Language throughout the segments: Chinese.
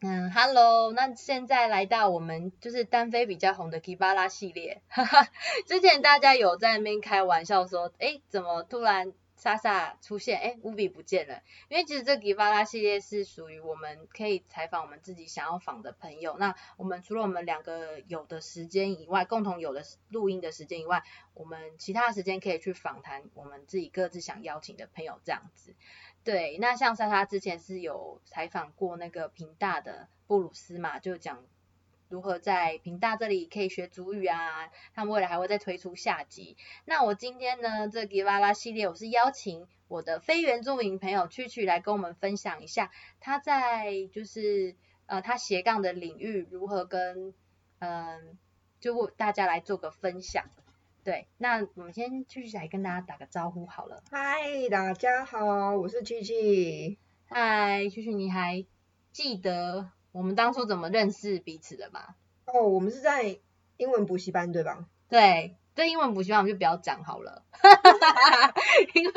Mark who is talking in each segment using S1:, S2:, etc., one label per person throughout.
S1: 嗯那现在来到我们就是单飞比较红的 Kibara 系列， 哈哈，之前大家有在那边开玩笑说，哎，怎么突然莎莎出现，哎，乌比不见了？因为其实这 Kibara 系列是属于我们可以采访我们自己想要访的朋友。那我们除了我们两个有的时间以外，共同有的录音的时间以外，我们其他的时间可以去访谈我们自己各自想邀请的朋友这样子。对，那像莎莎之前是有采访过那个平大的布鲁斯嘛，就讲如何在平大这里可以学主语啊，他们未来还会再推出下集。那我今天呢，这吉瓦拉系列，我是邀请我的非原住民朋友曲曲来跟我们分享一下他在就是呃他斜杠的领域如何跟嗯、就为大家来做个分享。对，那我们先继续来跟大家打个招呼好了。
S2: 嗨，大家好，我是琪琪。
S1: 嗨，旭旭，你还记得我们当初怎么认识彼此的吗？
S2: 哦，我们是在英文补习班对吧？
S1: 对，这英文补习班我们就不要讲好了， 因为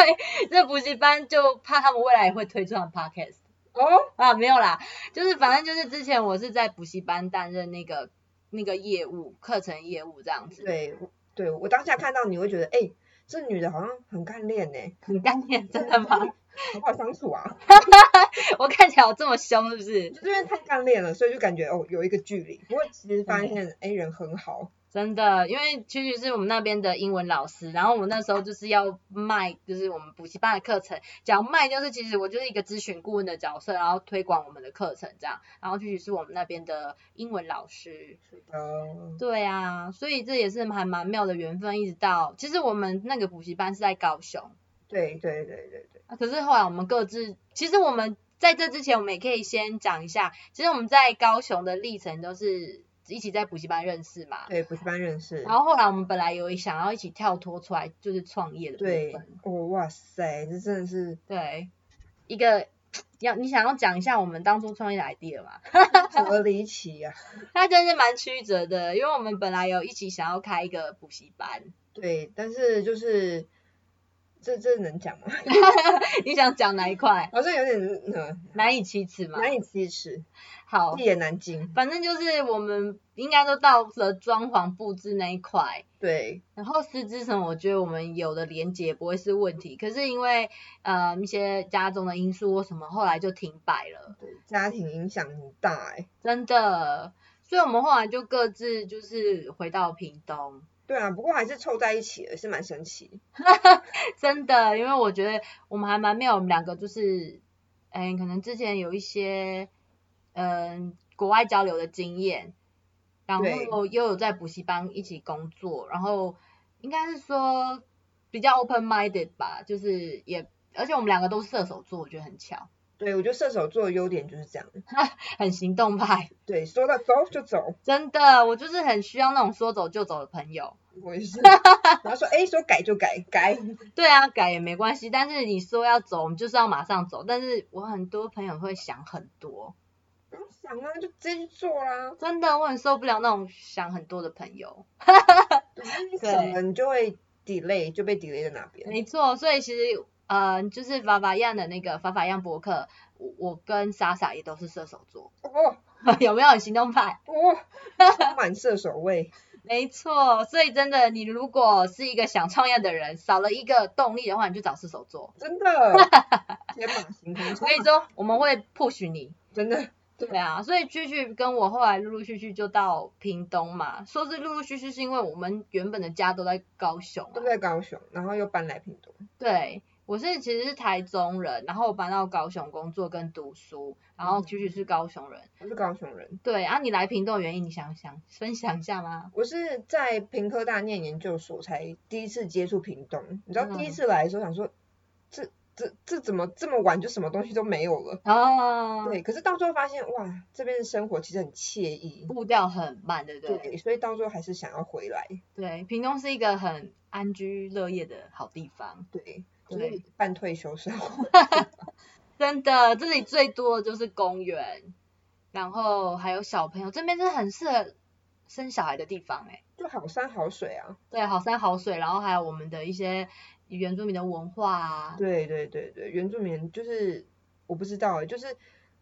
S1: 这补习班就怕他们未来也会推出他们 podcast
S2: 哦，
S1: 啊，没有啦，就是反正就是之前我是在补习班担任那个那个业务课程业务这样子，
S2: 对，我对我当下看到你会觉得，哎、这女的好像很干练呢，
S1: 你当年真的吗？
S2: 好不好相处啊？
S1: 我看起来有这么凶是不是？
S2: 就是因为太干练了，所以就感觉哦有一个距离。不过其实发现，
S1: 嗯
S2: 哎、人很好。
S1: 真的，因为曲曲是我们那边的英文老师，然后我们那时候就是要卖，就是我们补习班的课程，讲卖就是其实我就是一个咨询顾问的角色，然后推广我们的课程这样，然后曲曲是我们那边的英文老师，
S2: 嗯，
S1: 对啊，所以这也是还蛮妙的缘分，一直到其实我们那个补习班是在高雄，
S2: 对对对对对，
S1: 啊可是后来我们各自，其实我们在这之前，我们也可以先讲一下，其实我们在高雄的历程都是一起在补习班认识嘛，
S2: 对补习班认识。
S1: 然后后来我们本来有想要一起跳脱出来，就是创业的部
S2: 对
S1: 分。，
S2: 哦哇塞，这真 的是
S1: 对，一个要你想要讲一下我们当初创业的 idea 嘛？
S2: 多离奇啊！
S1: 它真是蛮曲折的，因为我们本来有一起想要开一个补习班，
S2: 对，但是就是这这能讲吗？
S1: 你想讲哪一块？
S2: 好像有点嗯
S1: 难以启齿嘛。
S2: 难以启齿，
S1: 好
S2: 一，言难尽。
S1: 反正就是我们应该都到了装潢布置那一块，
S2: 对，
S1: 然后师资什么，我觉得我们有的连接不会是问题，可是因为呃一些家中的因素或什么，后来就停摆了，
S2: 家庭影响很大哎、
S1: 真的。所以我们后来就各自就是回到屏东，
S2: 对啊，不过还是凑在一起了，是蛮神奇。
S1: 真的，因为我觉得我们还蛮妙，我们两个就是，嗯，可能之前有一些嗯国外交流的经验，然
S2: 对
S1: 后又有在补习班一起工作，然后应该是说比较 open minded 吧，就是也，而且我们两个都是射手座，我觉得很巧，
S2: 对，我觉得射手座的优点就是这样。
S1: 很行动派，
S2: 对，说到走就走，
S1: 真的，我就是很需要那种说走就走的朋友。
S2: 我也是。然后说，哎，说改就改，改。
S1: 对啊，改也没关系，但是你说要走，我们就是要马上走。但是我很多朋友会想很多，
S2: 不用想啊，就直接去做啦。
S1: 真的，我很受不了那种想很多的朋友。
S2: 对，因为你想了，你就会 delay，就被 delay 在那边。
S1: 没错，所以其实呃，就是法法样的那个法法样博客，我我跟莎莎也都是射手座，
S2: 哦
S1: 有没有很行动派？
S2: 哦，充满射手味。
S1: 没错，所以真的，你如果是一个想创业的人，少了一个动力的话，你就找射手座。
S2: 真的，天马行 空，
S1: 所以说，我们会 push 你。
S2: 真的
S1: 对啊，所以居居跟我后来陆陆续续就到屏东嘛，说是陆陆续续是因为我们原本的家都在高雄、啊，
S2: 都在高雄，然后又搬来屏东。
S1: 对，我是其实是台中人，然后我搬到高雄工作跟读书，然后
S2: 嗯
S1: 其实是高雄人。
S2: 我是高雄人，
S1: 对啊，你来屏东的原因，你想想分享一下吗？
S2: 我是在屏科大念研究所才第一次接触屏东。你知道
S1: 嗯
S2: 第一次来的时候想说，这这这怎么这么晚就什么东西都没有了？
S1: 哦，
S2: 对，可是到最后发现，哇，这边的生活其实很惬意。
S1: 步调很慢，对不对？
S2: 对，所以到最后还是想要回来。
S1: 对，屏东是一个很安居乐业的好地方，
S2: 对，就
S1: 对
S2: 是半退休生活。
S1: 真的，这里最多的就是公园，然后还有小朋友，这边真的很适合生小孩的地方哎、
S2: 就好山好水啊！
S1: 对，好山好水，然后还有我们的一些原住民的文化啊，
S2: 对对对对，原住民就是我不知道欸，就是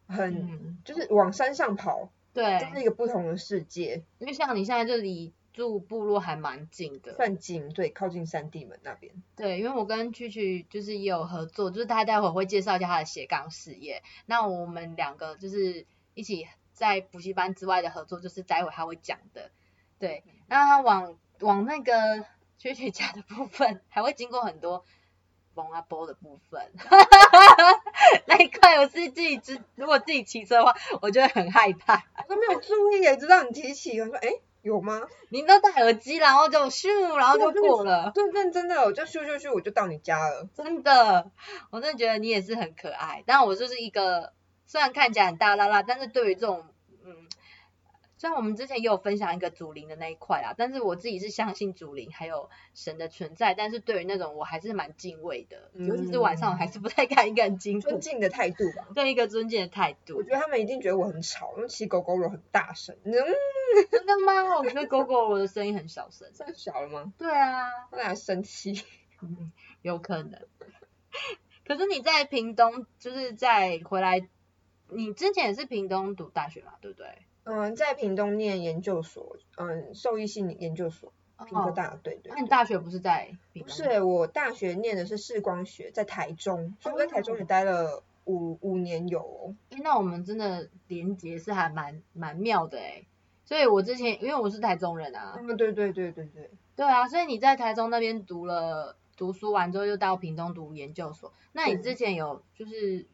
S2: 很、
S1: 嗯，
S2: 就是往山上跑，
S1: 对
S2: 这，是一个不同的世界，
S1: 因为像你现在就离住部落还蛮近的，
S2: 算近，对，靠近山地门那边。
S1: 对，因为我跟蛐蛐就是也有合作，就是他待会儿会介绍一下他的斜杠事业。那我们两个就是一起在补习班之外的合作，就是待会儿他会讲的。对，
S2: 嗯
S1: 那他往往那个蛐蛐家的部分，还会经过很多蒙阿波的部分， 那一块我是自己知，如果自己骑车的话，我就会很害怕。
S2: 我都没有注意耶，直到你提起，我说哎。有吗？
S1: 你都戴耳机，然后就咻，然后就
S2: 我真的
S1: 过了。
S2: 对，认真的，我就咻咻咻，我就到你家了。
S1: 真的，我真的觉得你也是很可爱。但我就是一个虽然看起来很大啦啦，但是对于这种嗯，虽然我们之前也有分享一个祖灵的那一块啦，但是我自己是相信祖灵还有神的存在，但是对于那种我还是蛮敬畏的，尤其是晚上我还是不太敢一个人经过
S2: 嗯尊，敬的态度吧，
S1: 对一个尊敬的态
S2: 我
S1: 度
S2: 觉。得他们一定觉得我很吵，因为骑狗狗肉很大声。嗯，
S1: 真的吗？我觉得狗狗我的声音很小声。
S2: 这样小了吗？
S1: 对啊，
S2: 他俩生气。
S1: 嗯，有可能。可是你在屏东，就是在回来，你之前也是屏东读大学嘛，对不对？
S2: 嗯，在屏东念研究所，嗯，兽医系研究所，屏科大，对对
S1: 哦那你
S2: 对。
S1: 大学不是在屏东？
S2: 不是，我大学念的是视光学，在台中，所以我在台中也待了五五年有哦。
S1: 诶那我们真的连结是还蛮蛮妙的诶。所以我之前因为我是台中人啊，
S2: 嗯，对对对对对，
S1: 对啊，所以你在台中那边读了读书完之后，又到屏东读研究所。那你之前有就是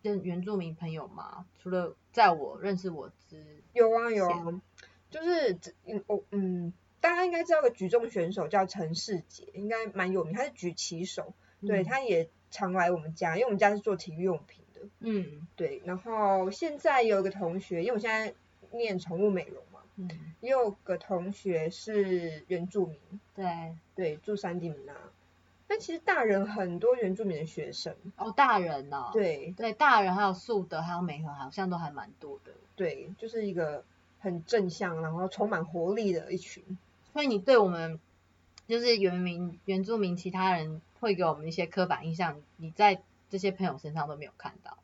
S1: 跟原住民朋友吗？除了在我认识我之，
S2: 有啊有啊，就是嗯我嗯，大家应该知道个举重选手叫陈世杰，应该蛮有名，他是举旗手，对，
S1: 嗯
S2: 他也常来我们家，因为我们家是做体育用品的，
S1: 嗯
S2: 对。然后现在有一个同学，因为我现在念宠物美容嘛，
S1: 嗯，
S2: 也有个同学是原住民，
S1: 对，
S2: 对，住山地门那。但其实大人很多原住民的学生，
S1: 哦，大人哦，
S2: 对
S1: 对，大人还有素德，还有美和，好像都还蛮多的。
S2: 对，就是一个很正向，然后充满活力的一群。
S1: 所以你对我们就是原民、原住民其他人会给我们一些刻板印象，你在这些朋友身上都没有看到。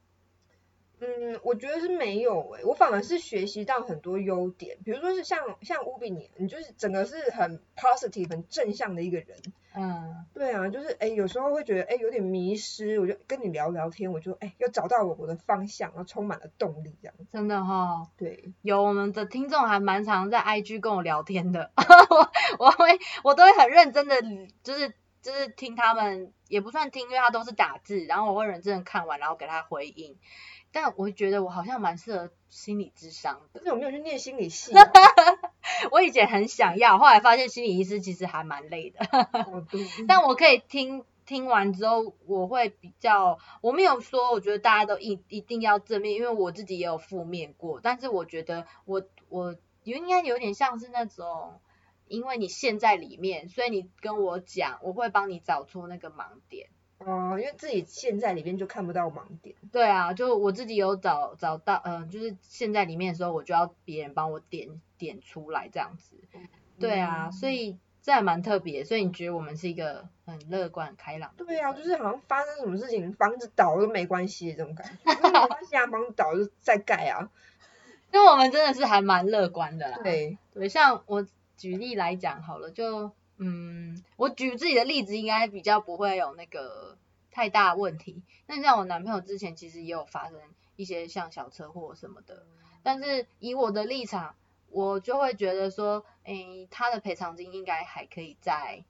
S2: 嗯，我觉得是没有诶、我反而是学习到很多优点，比如说是像像乌比你，你就是整个是很 positive、很正向的一个人。
S1: 嗯，
S2: 对啊，就是诶、有时候会觉得诶、哎有点迷失，我就跟你聊聊天，我就诶、又找到我我的方向，然后充满了动力这样。
S1: 真的哈、
S2: 对，
S1: 有我们的听众还蛮常在 IG 跟我聊天的， 我我会我都会很认真的，就是就是听他们，也不算听，因为他都是打字，然后我会认真的看完，然后给他回应。但我觉得我好像蛮适合心理智商的
S2: 但，是我没有去念心理系啊、
S1: 我以前很想要，后来发现心理医师其实还蛮累的。
S2: 哦对
S1: 但我可以听听完之后，我会比较，我没有说，我觉得大家都一一定要正面，因为我自己也有负面过，但是我觉得我我应该有点像是那种，因为你陷在里面，所以你跟我讲，我会帮你找出那个盲点。
S2: 哦，因为自己陷在里面就看不到盲点。
S1: 对啊，就我自己有找找到，嗯、就是陷在里面的时候，我就要别人帮我点点出来这样子。对
S2: 嗯
S1: 啊，所以这还蛮特别，所以你觉得我们是一个很乐观、很开朗的部分？
S2: 对啊，就是好像发生什么事情，房子倒了都没关系这种感觉，就是没关系啊，房子倒了就再盖啊。
S1: 因为我们真的是还蛮乐观的啦。
S2: 对，
S1: 对，像我举例来讲好了，就嗯，我举自己的例子应该比较不会有那个太大问题。那像我男朋友之前其实也有发生一些像小车祸什么的，但是以我的立场，我就会觉得说，诶，他的赔偿金应该还可以再，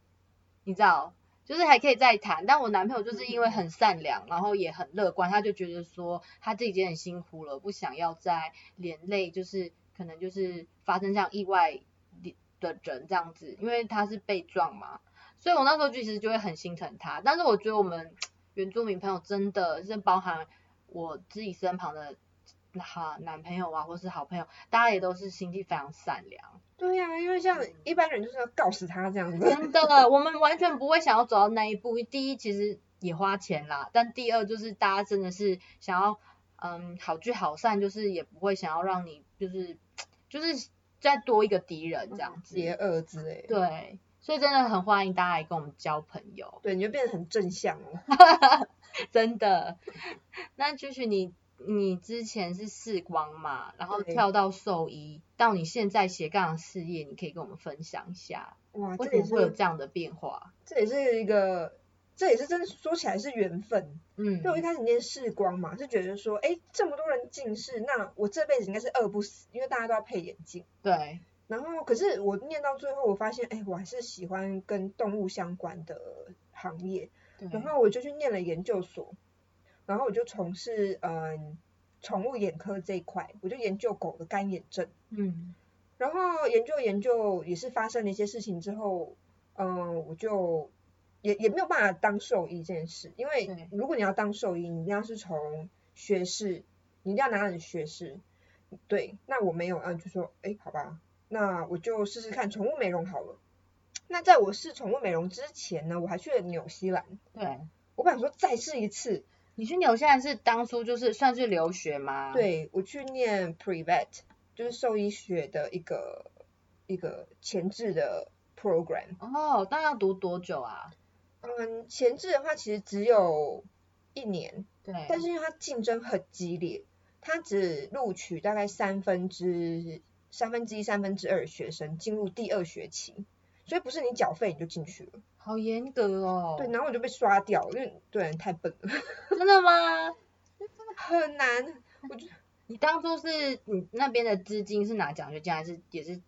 S1: 你知道。就是还可以再谈，但我男朋友就是因为很善良，然后也很乐观，他就觉得说他自己已经很辛苦了，不想要再连累，就是可能就是发生像意外的人这样子，因为他是被撞嘛，所以我那时候其实就会很心疼他。但是我觉得我们原住民朋友真的是包含我自己身旁的好男朋友啊，或是好朋友，大家也都是心地非常善良，
S2: 对啊，因为像一般人就是要告死他这样子。
S1: 真的，我们完全不会想要走到那一步。第一，其实也花钱啦，但第二就是大家真的是想要嗯，好聚好散，就是也不会想要让你就是就是再多一个敌人这样子。
S2: 邪恶之类的。
S1: 对，所以真的很欢迎大家来跟我们交朋友，
S2: 对，你就变得很正向哦。
S1: 真的。那就是你你之前是视光嘛，然后
S2: 对
S1: 跳到兽医，到你现在斜杠的事业，你可以跟我们分享一下，
S2: 哇，
S1: 为
S2: 这
S1: 什
S2: 也
S1: 么会有
S2: 是
S1: 这样的变化？
S2: 这也是一个，这也是真的说起来是缘分。
S1: 嗯
S2: 因为我一开始念视光嘛，是觉得说，哎，这么多人近视，那我这辈子应该是饿不死，因为大家都要配眼镜。
S1: 对，
S2: 然后，可是我念到最后，我发现，哎，我还是喜欢跟动物相关的行业。
S1: 对，
S2: 然后我就去念了研究所，然后我就从事嗯宠物眼科这一块，我就研究狗的干眼症。
S1: 嗯
S2: 然后研究研究也是发生了一些事情之后，嗯，我就也也没有办法当兽医这件事，因
S1: 对
S2: 为如果你要当兽医，你一定要是从学士，你一定要拿到你学士。对，那我没有，嗯，就说，哎，好吧，那我就试试看宠物美容好了。那在我试宠物美容之前呢，我还去了纽西兰，
S1: 对，
S2: 我本来说再试一次，
S1: 你去纽西兰是当初就是算是留学吗？，
S2: 对我去念 pre vet，就是兽医学的一个一个前置的 program。
S1: 哦，那要读多久啊？
S2: 嗯，前置的话其实只有一年，
S1: 对，
S2: 但是因为它竞争很激烈，它只录取大概三分之三分之一、三分之二的学生进入第二学期，所以不是你缴费你就进去了。
S1: 好严格哦，
S2: 对，然后我就被刷掉，因为对太笨了，
S1: 真的吗？
S2: 很难。
S1: 你当初是你那边的资金是拿奖学金还是也是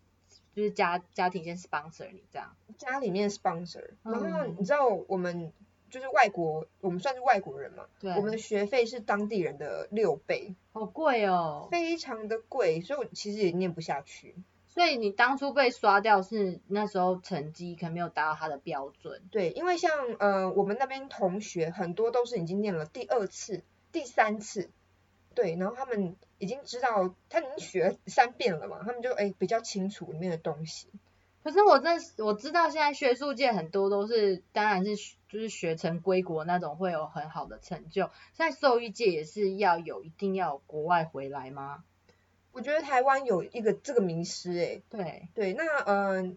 S1: 就是家家庭先 sponsor 你这样？
S2: 家里面 sponsor，然后
S1: 嗯
S2: 你知道我们就是外国，我们算是外国人嘛，
S1: 对，
S2: 我们的学费是当地人的六倍，
S1: 好贵哦。
S2: 非常的贵，所以我其实也念不下去。
S1: 所以你当初被刷掉是那时候成绩可能没有达到他的标准，
S2: 对，因为像呃我们那边同学很多都是已经念了第二次、第三次，对，然后他们已经知道他已经学了三遍了嘛，他们就哎比较清楚里面的东西。
S1: 可是我真的我知道现在学术界很多都是，当然是学就是学成归国那种会有很好的成就，现在兽医界也是要有一定要有国外回来吗？
S2: 我觉得台湾有一个这个迷失哎、
S1: 对，
S2: 对，那嗯、呃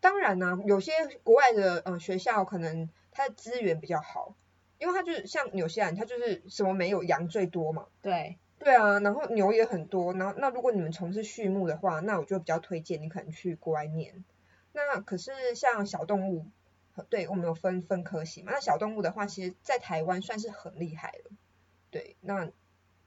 S2: 当然呢、有些国外的嗯、呃学校可能它的资源比较好，因为它就是像纽西兰，它就是什么没有，羊最多嘛。
S1: 对，
S2: 对啊，然后牛也很多，然后那如果你们从事畜牧的话，那我就比较推荐你可能去国外念。那可是像小动物，对我们有分分科系嘛？那小动物的话，其实在台湾算是很厉害了。对，那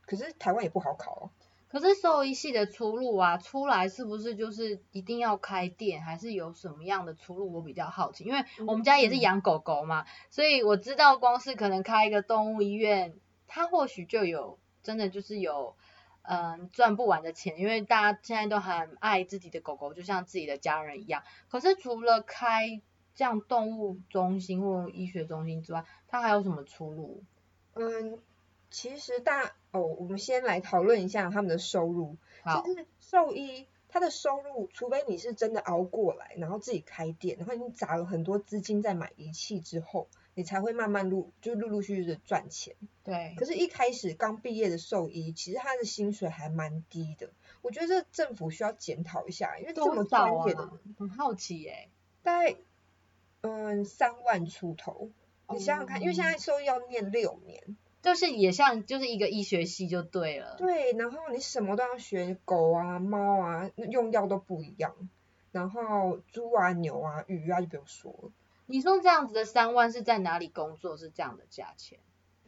S2: 可是台湾也不好考、哦。
S1: 可是兽医系的出路啊，出来是不是就是一定要开店，还是有什么样的出路？我比较好奇，因为我们家也是养狗狗嘛，所以我知道光是可能开一个动物医院，它或许就有真的就是有嗯赚不完的钱，因为大家现在都很爱自己的狗狗，就像自己的家人一样。可是除了开这样动物中心或医学中心之外，它还有什么出路？
S2: 嗯，其实大哦，我们先来讨论一下他们的收入。
S1: 好，
S2: 其实兽医他的收入，除非你是真的熬过来，然后自己开店，然后你砸了很多资金在买仪器之后，你才会慢慢陆就陆陆续续的赚钱。
S1: 对，
S2: 可是，一开始刚毕业的兽医，其实他的薪水还蛮低的。我觉得这政府需要检讨一下，因为这么
S1: 多少
S2: 专
S1: 啊
S2: 业的人，？
S1: 很好奇耶、
S2: 大概嗯三万出头。你想想看，因为现在兽医要念六年。
S1: 就是也像就是一个医学系就对了。
S2: 对，然后你什么都要学，狗啊、猫啊，那用药都不一样。然后猪啊、牛啊、鱼啊就不用说了。
S1: 你说这样子的三万是在哪里工作是这样的价钱？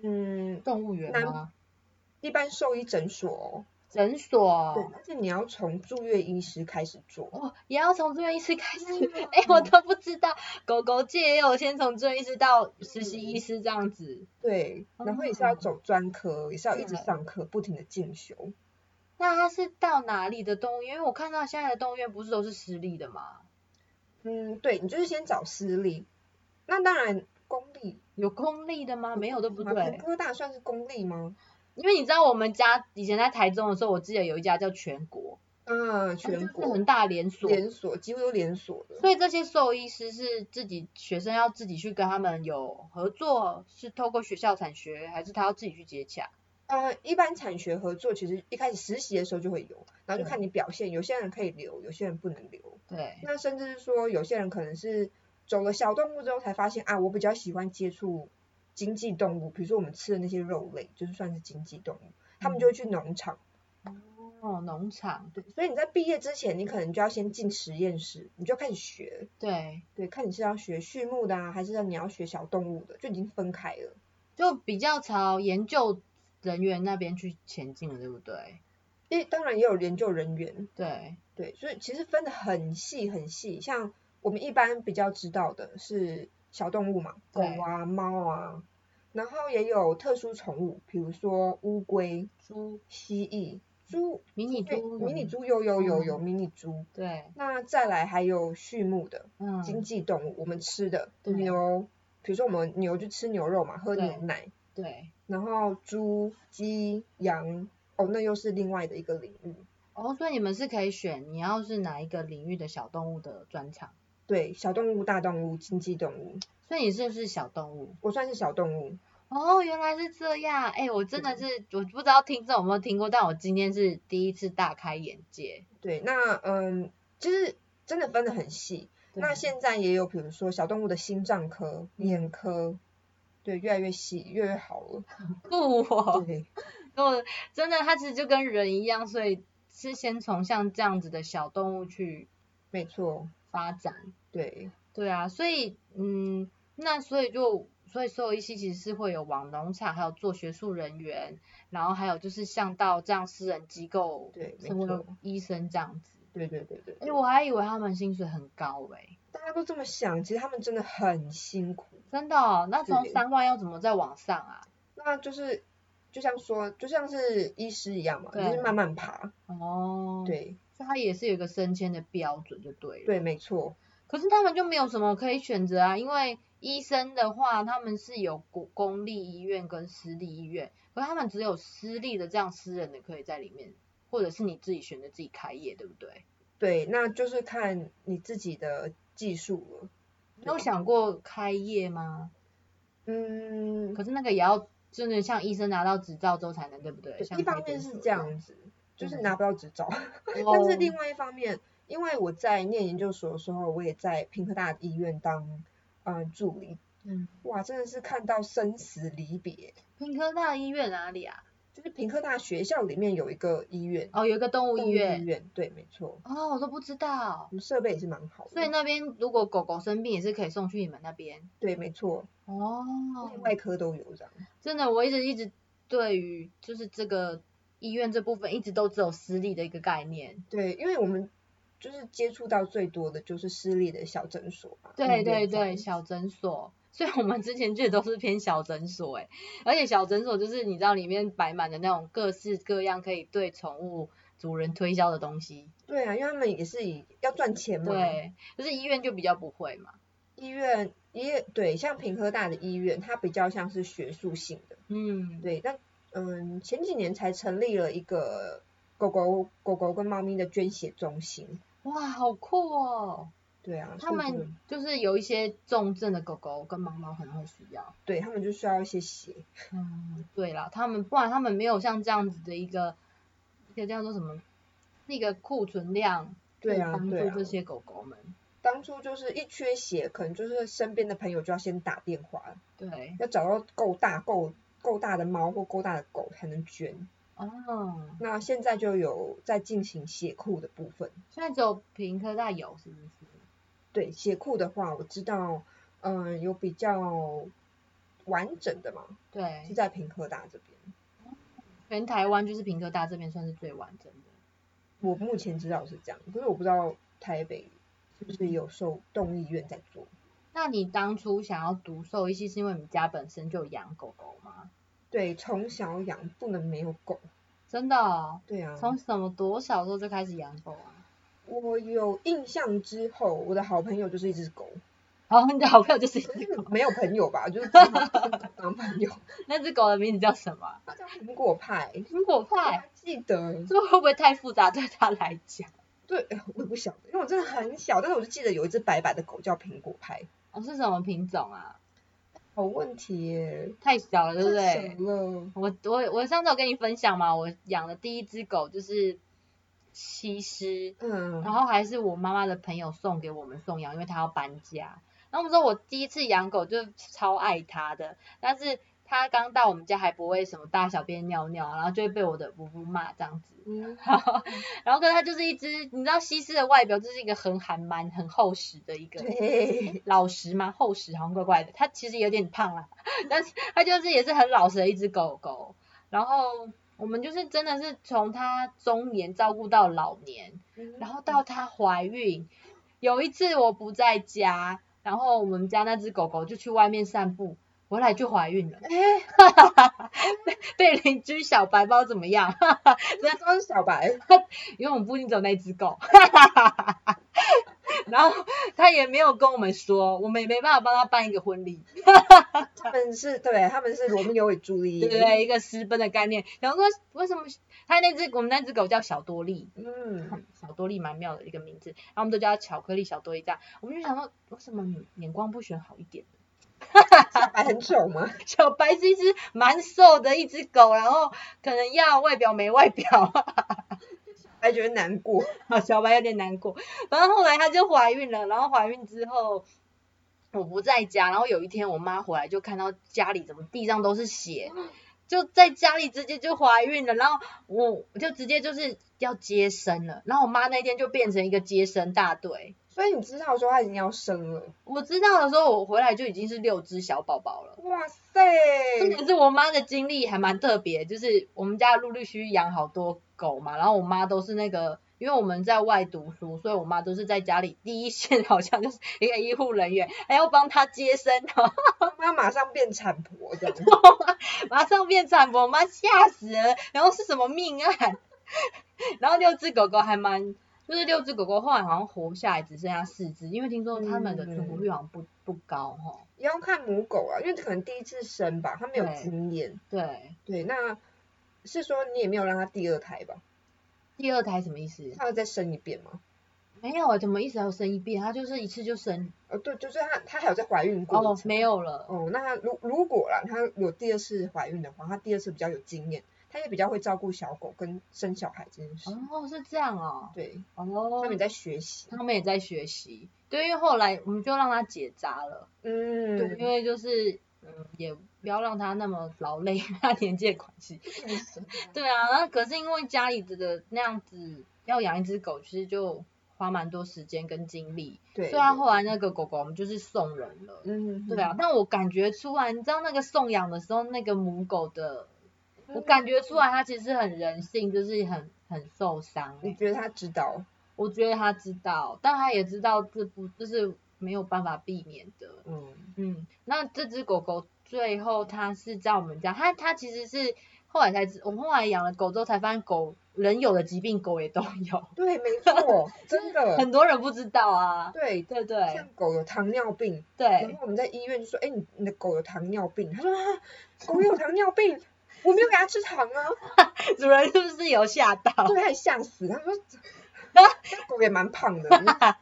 S2: 嗯，
S1: 动物园吗？
S2: 一般兽医诊所、哦，
S1: 诊所
S2: 对
S1: 哦？，
S2: 而且你要从住院医师开始做。
S1: 哦，也要从住院医师开始？
S2: 嗯
S1: 哎、我都不知道，狗狗界也有先从住院医师到实习医师这样子。
S2: 对，
S1: 哦
S2: 然后也是要走专科，也是要一直
S1: 对
S2: 上课，不停的进修。
S1: 那它是到哪里的动物园？因为我看到现在的动物园不是都是私立的吗？
S2: 嗯，对，你就是先找私立。那当然，公立
S1: 有公立的吗？没有，对不
S2: 嘛
S1: 对？
S2: 科大算是公立吗？
S1: 因为你知道我们家以前在台中的时候，我记得有一家叫全国，
S2: 嗯，
S1: 它哦就
S2: 全
S1: 是
S2: 国
S1: 很大连锁，
S2: 连锁，几乎都连锁的。
S1: 所以这些兽医师是自己学生要自己去跟他们有合作，是透过学校产学，还是他要自己去接洽？
S2: 呃，一般产学合作其实一开始实习的时候就会有，然后就
S1: 对
S2: 看你表现，有些人可以留，有些人不能留。
S1: 对，
S2: 那甚至是说，有些人可能是走了小动物之后才发现啊，我比较喜欢接触经济动物，比如说我们吃的那些肉类，就是算是经济动物。他们就会去农场。
S1: 哦，农场，
S2: 对，所以你在毕业之前，你可能就要先进实验室，你就开始学了。
S1: 对，
S2: 对，看你是要学畜牧的啊，还是要你要学小动物的，就已经分开了。
S1: 就比较朝研究人员那边去前进了，对不对？
S2: 因为当然也有研究人员，
S1: 对，
S2: 对，所以其实分的很细很细。像我们一般比较知道的是小动物嘛，狗
S1: 对
S2: 啊、猫啊，然后也有特殊宠物，比如说乌龟、
S1: 猪、
S2: 蜥蜴、猪，
S1: 迷你
S2: 对，
S1: 猪、
S2: 迷你，猪有有有有
S1: 嗯
S2: 迷你猪。
S1: 对，
S2: 那再来还有畜牧的，
S1: 嗯，
S2: 经济动物，我们吃的
S1: 对
S2: 牛，比如说我们牛就吃牛肉嘛，喝
S1: 对
S2: 牛奶，
S1: 对，
S2: 然后猪、鸡、羊，哦，那又是另外的一个领域。
S1: 哦，所以你们是可以选你要是哪一个领域的小动物的专场，
S2: 对，小动物、大动物、经济动物，
S1: 所以你是不是小动物？
S2: 我算是小动物。
S1: 哦，原来是这样，哎、我真的是我不知道听众有没有听过，但我今天是第一次大开眼界。
S2: 对，那嗯，就是真的分得很细。
S1: 对
S2: 那现在也有，比如说小动物的心脏科、
S1: 嗯
S2: 眼科，对，越来越细，越来越好了。
S1: 酷我，
S2: 对，
S1: 我真的，它其实就跟人一样，所以是先从像这样子的小动物去
S2: 没错，
S1: 发展。
S2: 对，
S1: 对啊，所以嗯，那所以就所以所有一期其实是会有往农场，还有做学术人员，然后还有就是像到这样私人机构
S2: 对没
S1: 成为
S2: 错
S1: 医生这样子。
S2: 对对对对。
S1: 哎、我还以为他们薪水很高欸诶、
S2: 大家都这么想，其实他们真的很辛苦。
S1: 真的哦、那从
S2: 对
S1: 三万要怎么再往上啊？
S2: 那就是就像说，就像是医师一样嘛，就
S1: 对
S2: 是慢慢爬。
S1: 哦，，
S2: 对
S1: 所以它也是有一个升迁的标准就对了。
S2: 对，没错，
S1: 可是他们就没有什么可以选择啊，因为医生的话，他们是有公公立医院跟私立医院，可是他们只有私立的这样私人的可以在里面，或者是你自己选择自己开业，对不对？
S2: 对，那就是看你自己的技术了。
S1: 你有想过开业吗？
S2: 嗯，
S1: 可是那个也要真的像医生拿到执照之后才能，对不对？
S2: 对
S1: 像
S2: 一方
S1: 开
S2: 面
S1: 诊
S2: 是
S1: 所
S2: 这样子，就是拿不到执照，
S1: 样，
S2: 但是另
S1: 嗯哦
S2: 外一方面，因为我在念研究所的时候，我也在平科大医院当嗯、呃助理，
S1: 嗯，
S2: 哇，真的是看到生死离别。
S1: 平科大医院哪里啊？
S2: 就是平科大学校里面有一个医院，
S1: 哦，有一个动物
S2: 动
S1: 医
S2: 物
S1: 院
S2: 医。院，对，没错，
S1: 哦，我都不知道
S2: 我。们设备也是蛮好的。
S1: 所以那边如果狗狗生病，也是可以送去你们那边。
S2: 对，没错，
S1: 哦，
S2: 内外科都有这样。
S1: 真的，我一直一直对于就是这个医院这部分，一直都只有私立的一个概念。
S2: 对，因为我们就是接触到最多的就是私立的小诊所嘛。
S1: 对
S2: 医
S1: 对
S2: 院这样
S1: 对，小诊所。所以我们之前去的都是偏小诊所诶，而且小诊所就是你知道里面摆满的那种各式各样可以对宠物主人推销的东西。
S2: 对啊，因为他们也是以要赚钱嘛。。
S1: 对，就是医院就比较不会嘛。
S2: 医院也对，像平科大的医院，它比较像是学术性的。
S1: 嗯，
S2: 对，但嗯，前几年才成立了一个狗狗狗狗跟猫咪的捐血中心。
S1: 哇，好酷哦！
S2: 对啊，
S1: 他
S2: 所以就
S1: 们就是有一些重症的狗狗跟猫猫可能会需要。
S2: 对他们就需要一些血。
S1: 嗯，对啦，他们不然他们没有像这样子的一个一个叫做什么那个库存量，
S2: 对啊
S1: 帮助
S2: 对啊
S1: 这些狗狗们。
S2: 当初就是一缺血，可能就是身边的朋友就要先打电话，
S1: 对，
S2: 要找到够大、够够大的猫或够大的狗才能捐。
S1: 哦，
S2: 那现在就有在进行血库的部分。
S1: 现在只有平科大有，是不是？
S2: 对血库的话，我知道，嗯、有比较完整的嘛，是
S1: 对，
S2: 在平科大这边。
S1: 全台湾就是平科大这边算是最完整的。
S2: 我目前知道是这样，可是我不知道台北是不是有受动物医院在做。
S1: 那你当初想要读兽医系，是因为你家本身就有养狗狗吗？
S2: 对，从小养不能没有狗。
S1: 真的、哦？
S2: 对啊，
S1: 从什么多小时候就开始养狗啊？
S2: 我有印象之后，我的好朋友就是一只狗，
S1: 然后你的好朋友就是一
S2: 可
S1: 只
S2: 是
S1: 狗，
S2: 没有朋友 吧，就是只好当朋友。
S1: 那只狗的名字叫什么啊？
S2: 它叫苹果派，
S1: 苹果
S2: 我
S1: 派。
S2: 还记得，
S1: 这会不会太复杂对他来讲？
S2: 对，哎我也不晓得，因为我真的很小，但是我就记得有一只白白的狗叫苹果派。
S1: 哦，是什么品种啊？
S2: 好问题耶，
S1: 太小了，对不
S2: 太
S1: 对？
S2: 小了，
S1: 我我我上次有跟你分享嘛，我养的第一只狗就是西施，然
S2: 嗯，
S1: 后还是我妈妈的朋友送给我们送养，因为她要搬家。然后我们说我第一次养狗就超爱它的，但是他刚到我们家还不会什么大小便尿尿，啊然后就会被我的姑姑骂这样子。
S2: 嗯，
S1: 然后跟它就是一只，你知道西施的外表就是一个很寒蛮、很厚实的一个
S2: 对，
S1: 老实吗？厚实好像怪怪的。它其实有点胖啦， 但是它就是也是很老实的一只狗狗。然后我们就是真的是从它中年照顾到老年，
S2: 嗯
S1: 然后到她怀孕，有一次我不在家，然后我们家那只狗狗就去外面散步，回来就怀孕了，
S2: 哎，
S1: 被邻居小白包怎么样？
S2: 那都是小白，
S1: 因为我们附近只有那只狗， 然后他也没有跟我们说，我们也没办法帮他办一个婚礼，
S2: 他们是对，他们是罗密欧与朱丽
S1: 对不
S2: 叶，
S1: 对？一个私奔的概念。然后说为什么他那只我们那只狗叫小多利，
S2: 嗯，
S1: 小多利蛮妙的一个名字，然后我们都叫它巧克力小多利这样。我们就想说，为什么你眼光不选好一点？
S2: 小白很丑吗？
S1: 小白是一只蛮瘦的一只狗，然后可能要外表没外表，
S2: 还觉得难过，
S1: 啊， 小白有点难过。然后后来她就怀孕了，然后怀孕之后我不在家，然后有一天我妈回来就看到家里怎么地上都是血，就在家里直接就怀孕了，然后我就直接就是要接生了，然后我妈那天就变成一个接生大队。
S2: 所以你知道说他已经要生了，
S1: 我知道的时候，我回来就已经是六只小宝宝了。
S2: 哇塞，
S1: 重点是我妈的经历还蛮特别，就是我们家陆陆续续养好多狗嘛，然后我妈都是那个，因为我们在外读书，所以我妈都是在家里第一线，好像就是一个医护人员，还要帮她接生哦，
S2: 妈妈马上变产婆这样，
S1: 马上变产婆，我妈吓死了，然后是什么命案？ 然后六只狗狗还蛮，就是六只狗狗后来好像活下来只剩下四只，因为听说它们的存活率好像不不高哈、哦，
S2: 也要看母狗啊，因为可能第一次生吧，他没有
S1: 对
S2: 经验，
S1: 对。
S2: 对，那是说你也没有让他第二胎吧？
S1: 第二胎什么意思？
S2: 他要再生一遍吗？
S1: 没有啊，怎么一直要生一遍？它就是一次就生
S2: 哦，对，就是他，他还有在怀孕过一
S1: 哦，
S2: 次
S1: 没有了。
S2: 哦，那他如如果啦，他有第二次怀孕的话，他第二次比较有经验，他也比较会照顾小狗跟生小孩这件事。
S1: 哦，是这样哦。
S2: 对，他
S1: 哦
S2: 们，也在学习。
S1: 他们也在学习。对，因为后来我们就让他结扎了。
S2: 嗯，
S1: 对，因为就是嗯，也不要让他那么劳累， 他年纪的关系。
S2: 嗯
S1: 对啊，然后可是因为家里的那样子要养一只狗，其实就花蛮多时间跟精力。
S2: 对
S1: 虽然后来那个狗狗我们就是送人了。
S2: 嗯，
S1: 对啊，，但我感觉出来，你知道那个送养的时候，那个母狗的，
S2: 嗯
S1: 我感觉出来它其实很人性，就是很很受伤、欸
S2: 嗯你。觉得他知道？
S1: 我觉得他知道，但他也知道这不就是没有办法避免的。
S2: 嗯，
S1: 嗯，那这只狗狗最后它是在我们家，它它其实是后来才知，我们后来养了狗之后才发现狗人有的疾病狗也都有，
S2: 对，没错，真的，
S1: 很多人不知道啊。
S2: 对，
S1: 对对
S2: 像狗有糖尿病，然
S1: 对
S2: 后我们在医院就说，哎，你你的狗有糖尿病，他说啊，狗有糖尿病，我没有给它吃糖啊，
S1: 主人是不是有吓到？
S2: 对，他也吓死，他说，这狗也蛮胖的，嗯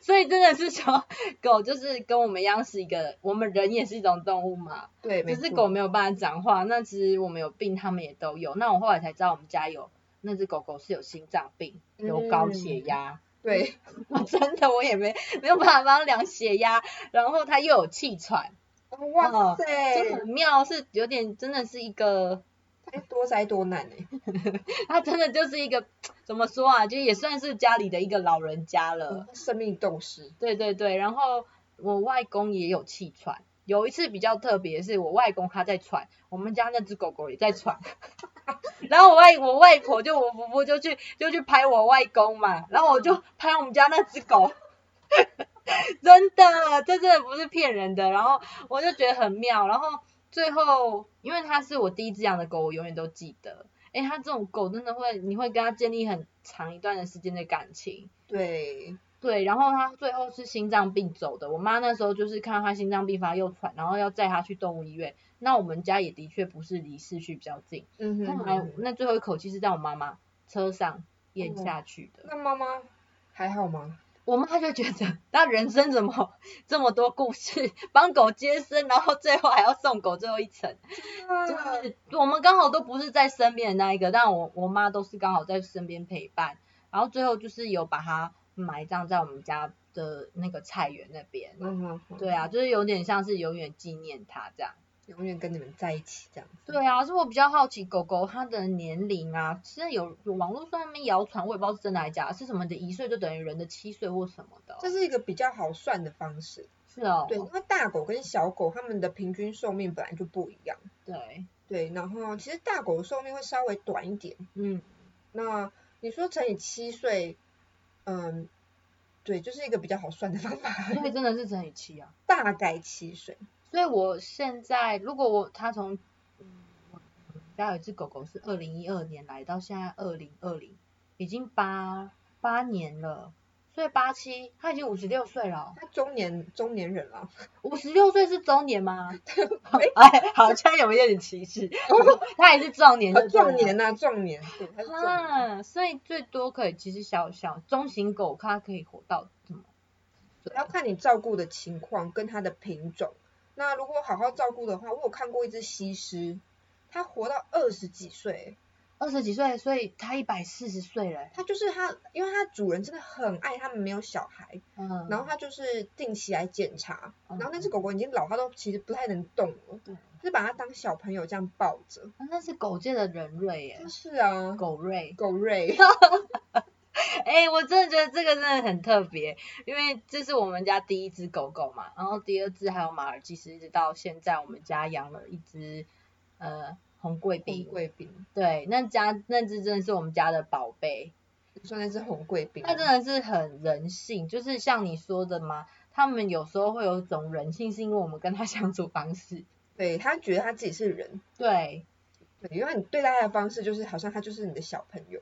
S1: 所以真的是说，狗就是跟我们一样是一个，我们人也是一种动物嘛，
S2: 对，没
S1: 只
S2: 错
S1: 是狗没有办法讲话。那其实我们有病，它们也都有。那我后来才知道，我们家有那只狗狗是有心脏病，
S2: 嗯
S1: 有高血压。
S2: 对，
S1: 我真的我也没没有办法帮它量血压，然后它又有气喘，
S2: 哦哇塞，
S1: 就很妙，是有点真的是一个，
S2: 哎多灾多难哎、
S1: 它真的就是一个怎么说啊，就也算是家里的一个老人家了。
S2: 呃生命斗士。
S1: 对对对，然后我外公也有气喘，有一次比较特别，是我外公他在喘，我们家那只狗狗也在喘， 然后我外我外婆就我婆婆就去就去拍我外公嘛，然后我就拍我们家那只狗。 真的，这真的不是骗人的。然后我就觉得很妙。然后最后，因为它是我第一只养的狗，我永远都记得。诶，它这种狗真的会，你会跟它建立很长一段的时间的感情。
S2: 对，
S1: 对，然后他最后是心脏病走的。我妈那时候就是看到他心脏病发又喘，然后要载他去动物医院。那我们家也的确不是离市区比较近，
S2: 嗯
S1: 后来
S2: 哼。
S1: 那最后一口气是在我妈妈车上咽
S2: 哦
S1: 下去的。
S2: 那妈妈还好吗？
S1: 我妈就觉得，那人生怎么这么多故事？帮狗接生，然后最后还要送狗最后一程，就是我们刚好都不是在身边的那一个，但我我妈都是刚好在身边陪伴，然后最后就是有把它埋葬在我们家的那个菜园那边。
S2: 嗯哼，
S1: 啊对啊，就是有点像是永远纪念它这样。
S2: 永远跟你们在一起这样子。
S1: 对啊，是我比较好奇狗狗它的年龄啊，现在有有网络上面谣传，我也不知道是真的还是假的，是什么你的一岁就等于人的七岁或什么的哦、
S2: 这是一个比较好算的方式，
S1: 是哦，
S2: 对，因为大狗跟小狗它们的平均寿命本来就不一样，
S1: 对，
S2: 对，然后其实大狗的寿命会稍微短一点，
S1: 嗯，
S2: 那你说乘以七岁，嗯，对，就是一个比较好算的方法，
S1: 所以真的是乘以七啊。
S2: 大概七岁，
S1: 所以我现在如果我它从，嗯我我家有一只狗狗是二零一二年来到现在二零二零，已经八八年了，所以八七它已经五十六岁了哦，
S2: 它中年中年人了，
S1: 五十六岁是中年 吗？哎，好像有一点歧 视，它也是 壮年
S2: 啊
S1: 就对了
S2: 壮年呐、壮年，对，它是壮年。
S1: 啊，所以最多可以其实小小中型狗它可以活到什么？对
S2: 要看你照顾的情况跟它的品种。那如果好好照顾的话，我有看过一只西施，它活到二十几岁，
S1: 二十几岁，所以它一百四十岁了欸。
S2: 它就是它，因为它主人真的很爱它们，没有小孩，
S1: 嗯，
S2: 然后它就是定期来检查，
S1: 嗯
S2: 然后那只狗狗已经老，它都其实不太能动了，
S1: 对
S2: 就是把它当小朋友这样抱着。
S1: 啊那是狗界的人瑞耶
S2: 就，是啊，
S1: 狗瑞。
S2: 狗 瑞，
S1: 哎、我真的觉得这个真的很特别，因为这是我们家第一只狗狗嘛，然后第二只还有马尔济斯，一直到现在我们家养了一只呃红贵
S2: 红
S1: 宾，
S2: 贵宾，
S1: 对，那家那只真的是我们家的宝贝，
S2: 算那只红贵宾。
S1: 那真的是很人性，就是像你说的嘛，他们有时候会有一种人性，是因为我们跟他 相处方式，
S2: 对，它觉得它自己是人，
S1: 对，
S2: 对，因为你对待它的方式就是好像它就是你的小朋友。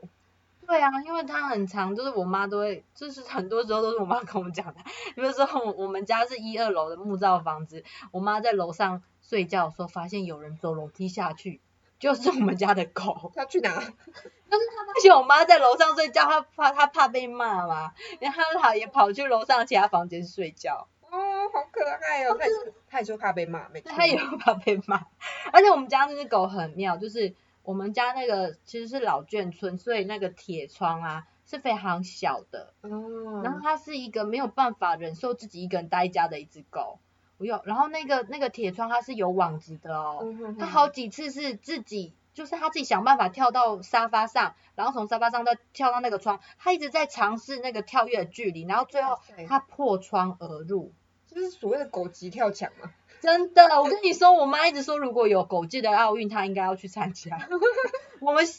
S1: 对啊，因为他很长，就是我妈都会，就是很多时候都是我妈跟我们讲的。比如说我我们家是一二楼的木造房子，我妈在楼上睡觉的时候，发现有人走楼梯下去，就是我们家的狗。
S2: 它去哪？
S1: 而且我妈在楼上睡觉，她怕她怕被骂嘛，然后她也跑去楼上其他房间睡觉，
S2: 哦，好可爱哦！他也是，他也说怕被骂，没错。
S1: 对她也会怕被骂。而且我们家那只狗很妙，就是我们家那个其实是老眷村，所以那个铁窗啊是非常小的。
S2: 哦，
S1: 然后它是一个没有办法忍受自己一个人待家的一只狗。我有，然后那个那个铁窗它是有网子的哦，
S2: 嗯哼
S1: 它
S2: 哼
S1: 好几次是自己，就是它自己想办法跳到沙发上，然后从沙发上再跳到那个窗，它一直在尝试那个跳跃的距离，然后最后
S2: 哇塞
S1: 它破窗而入。
S2: 就是所谓的狗急跳墙嘛。
S1: 真的，我跟你说，我妈一直说，如果有狗界的奥运，她应该要去参 加。我们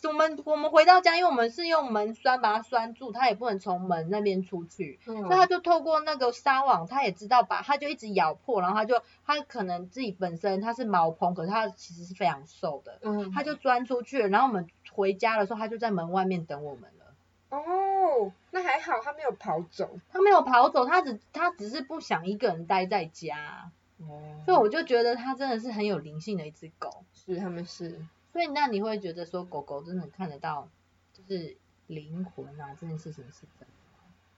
S1: 我们我们回到家，因为我们是用门栓把它栓住，它也不能从门那边出去。所以他
S2: 嗯，
S1: 就透过那个纱网，他也知道把，他就一直咬破，然后他就他可能自己本身他是毛蓬，可是他其实是非常瘦的，
S2: 嗯
S1: 他就钻出去了，然后我们回家的时候，他就在门外面等我们了。
S2: 哦，那还好，他没有跑走。
S1: 他没有跑走，他只他只是不想一个人待在家，
S2: 哦
S1: 所以我就觉得他真的是很有灵性的一只狗。
S2: 是他们是，
S1: 所以那你会觉得说狗狗真的看得到，就是灵魂啊这件事情是真的。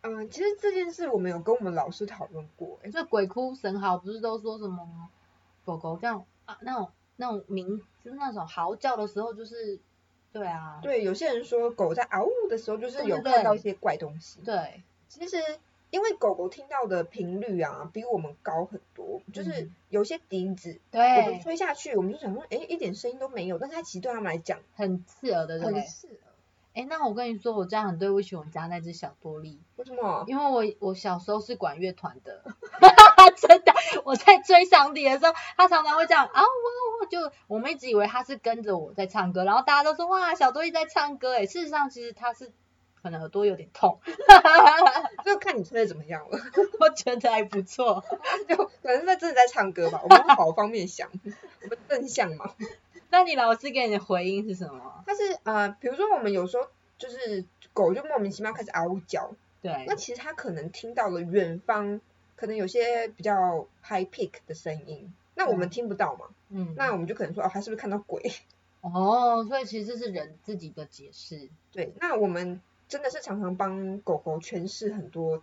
S2: 嗯，其实这件事我们有跟我们老师讨论过，哎，
S1: 就鬼哭神嚎，不是都说什么狗狗这样啊那种那种鸣，就是那种嚎叫的时候，就是对啊，
S2: 对，有些人说狗在嗷呜的时候，就是有
S1: 对对
S2: 看到一些怪东西。
S1: 对
S2: 其实因为狗狗听到的频率啊，比我们高很多，就是
S1: 嗯
S2: 有些笛子，我们
S1: 对，
S2: 吹下去，我们就想说，哎，一点声音都没有，但是它其实对他们来讲
S1: 很刺耳的，对不
S2: 很
S1: 对？
S2: 刺耳。
S1: 哎，那我跟你说，我这样很对不起我们家那只小多利，
S2: 为什么？
S1: 因为我我小时候是管乐团 的，真的，我在追上帝的时候，他常常会这样啊，我我就我们一直以为他是跟着我在唱歌，然后大家都说哇，小多利在唱歌，哎，事实上其实他是可能耳朵有点痛，
S2: 就看你吹的怎么样了，
S1: 我觉得还不错。
S2: 就可能在真的在唱歌吧。我们往好方 面想，我们正向嘛。
S1: 那你老师给你的回应是什么？
S2: 但是呃，比如说我们有时候就是狗就莫名其妙开始嗷叫，
S1: 对
S2: 那其实它可能听到了远方可能有些比较 high peak 的声音，那我们
S1: 嗯
S2: 听不到嘛，
S1: 嗯，
S2: 那我们就可能说哦，它是不是看到鬼？
S1: 哦，所以其实这是人自己的解释，
S2: 对，那我们真的是常常帮狗狗诠释很多，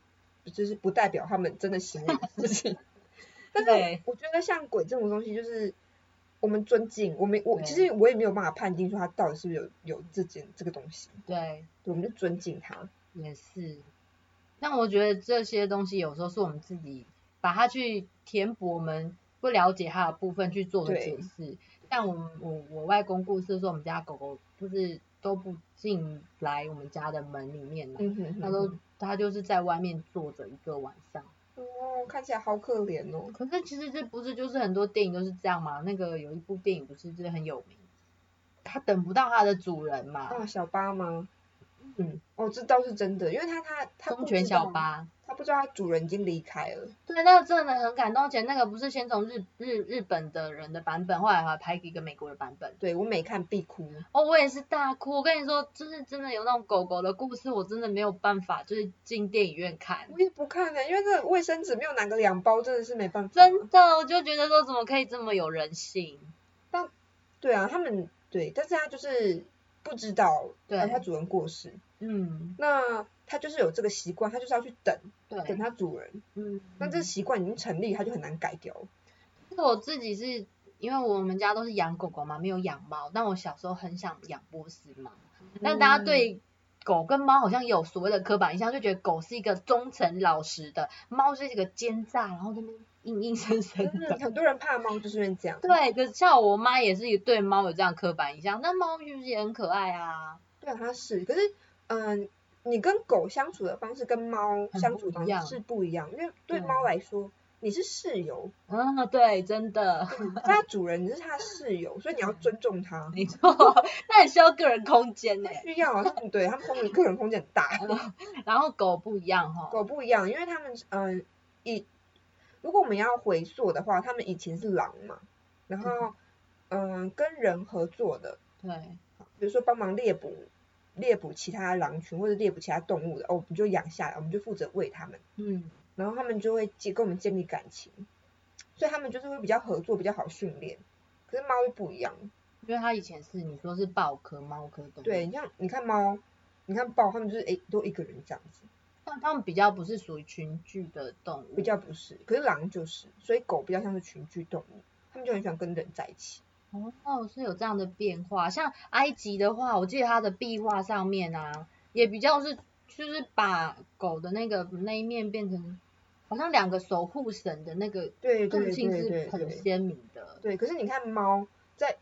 S2: 就是不代表它们真的行为的事情。 但是
S1: 对
S2: 我觉得像鬼这种东西，就是我们尊敬，我们我其
S1: 对
S2: 实我也没有办法判定说它到底是不是有有这件这个东西，
S1: 对，
S2: 对，我们就尊敬它。
S1: 也是。但我觉得这些东西有时候是我们自己把它去填补我们不了解它的部分去做的
S2: 对
S1: 解释。像我们我我外公故事说，我们家狗狗就是都不进来我们家的门里面嘛，
S2: 嗯哼哼
S1: 它都它就是在外面坐着一个晚上。
S2: 哦，看起来好可怜哦。
S1: 可是其实这不是就是很多电影都是这样嘛？那个有一部电影不是就是很有名，它等不到它的主人嘛，
S2: 啊，小巴吗？
S1: 嗯，
S2: 哦，这倒是真的，因为它它它
S1: 忠
S2: 不
S1: 犬
S2: 知
S1: 小
S2: 道，
S1: 八。
S2: 它不知道它主人已经离开了。
S1: 对，那个真的很感动，而且那个不是先从日日日本的人的版本，后来还拍一个美国的版本。
S2: 对我每看必哭，
S1: 哦，我也是大哭。我跟你说，就是真的有那种狗狗的故事，我真的没有办法，就是进电影院看。
S2: 我也不看的、因为这卫生纸没有拿个两包，真的是没办法。
S1: 真的，我就觉得说怎么可以这么有人性？
S2: 对啊，他们对，但是他就是不知道，
S1: 对
S2: 呃他主人过世，
S1: 嗯，
S2: 那他就是有这个习惯，他就是要去等
S1: 对，
S2: 等他主人，
S1: 嗯，
S2: 那这习惯已经成立，他就很难改掉。
S1: 这个我自己是因为我们家都是养狗狗嘛，没有养猫，但我小时候很想养波斯猫，但大家对狗跟猫好像有所谓的刻板印象，就觉得狗是一个忠诚老实的，猫是一个奸诈，然后那边硬硬生生
S2: 嗯
S1: 的。
S2: 很多人怕猫就是因为这样。
S1: 对，可是像我妈也是对猫有这样刻板印象，那猫就是也很可爱啊，
S2: 对啊，它是，可是嗯，你跟狗相处的方式跟猫
S1: 很
S2: 相
S1: 不
S2: 处
S1: 一
S2: 的方
S1: 样
S2: 式是不一样，因为对
S1: 对
S2: 猫来说。你是 室友，
S1: 嗯，对，真的，
S2: 它主人，你是它室友，所以你要
S1: 嗯
S2: 尊重它。
S1: 没错，那很需要个人空间呢、
S2: 需要啊，它们对它们空间个人空间很 大。
S1: 然后狗不一样哈、
S2: 狗不一样，因为他们嗯以如果我们要回溯的话，他们以前是狼嘛，然后嗯跟人合作的，
S1: 对，
S2: 比如说帮忙猎捕猎捕其他狼群或者猎捕其他动物的，哦，我们就养下来，我们就负责喂它们，
S1: 嗯，
S2: 然后他们就会建跟我们建立感情，所以他们就是会比较合作，比较好训练。可是猫就不一样，
S1: 因为它以前是你说是豹科、猫科动物，
S2: 对，你像你看猫，你看豹，它们就是诶都一个人这样子，
S1: 但它们比较不是属于群居的动物，
S2: 比较不是，可是狼就是，所以狗比较像是群居动物，它们就很喜欢跟人在一起。
S1: 哦，是有这样的变化。像埃及的话，我记得它的壁画上面啊，也比较是就是把狗的那个那一面变成好像两个守护神的那个
S2: 对对
S1: 个
S2: 对
S1: 性
S2: 对
S1: 是很
S2: 对
S1: 鲜明的，
S2: 对，可是你看猫在，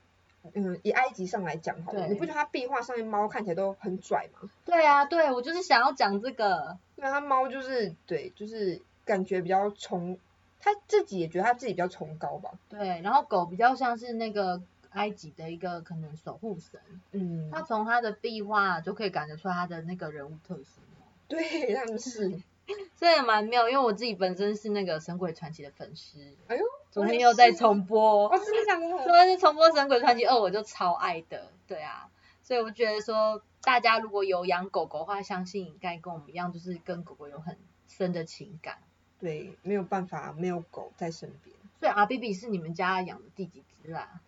S2: 嗯，以埃及上来讲好了，你不
S1: 对
S2: 觉得它壁画上面猫看起来都很拽吗？
S1: 对啊，对我就是想要讲这个，
S2: 因为它猫就是对，就是感觉比较崇，它自己也觉得它自己比较崇高吧。
S1: 对，然后狗比较像是那个埃及的一个可能守护神，
S2: 嗯，
S1: 它从它的壁画就可以感觉出它的那个人物特性。
S2: 对，他们是，
S1: 这也蛮妙，因为我自己本身是那个《神鬼传奇》的粉丝，
S2: 哎呦，
S1: 昨
S2: 我
S1: 天
S2: 也
S1: 又在
S2: 是
S1: 重播，
S2: 哦，真的假 的？
S1: 昨天重播《神鬼传奇二》，我就超爱的，对啊，所以我觉得说，大家如果有养狗狗的话，相信应该跟我们一样，就是跟狗狗有很深的情感。
S2: 对，没有办法，没有狗在身边。
S1: 所以阿 B B 是你们家养的第几只啊啦？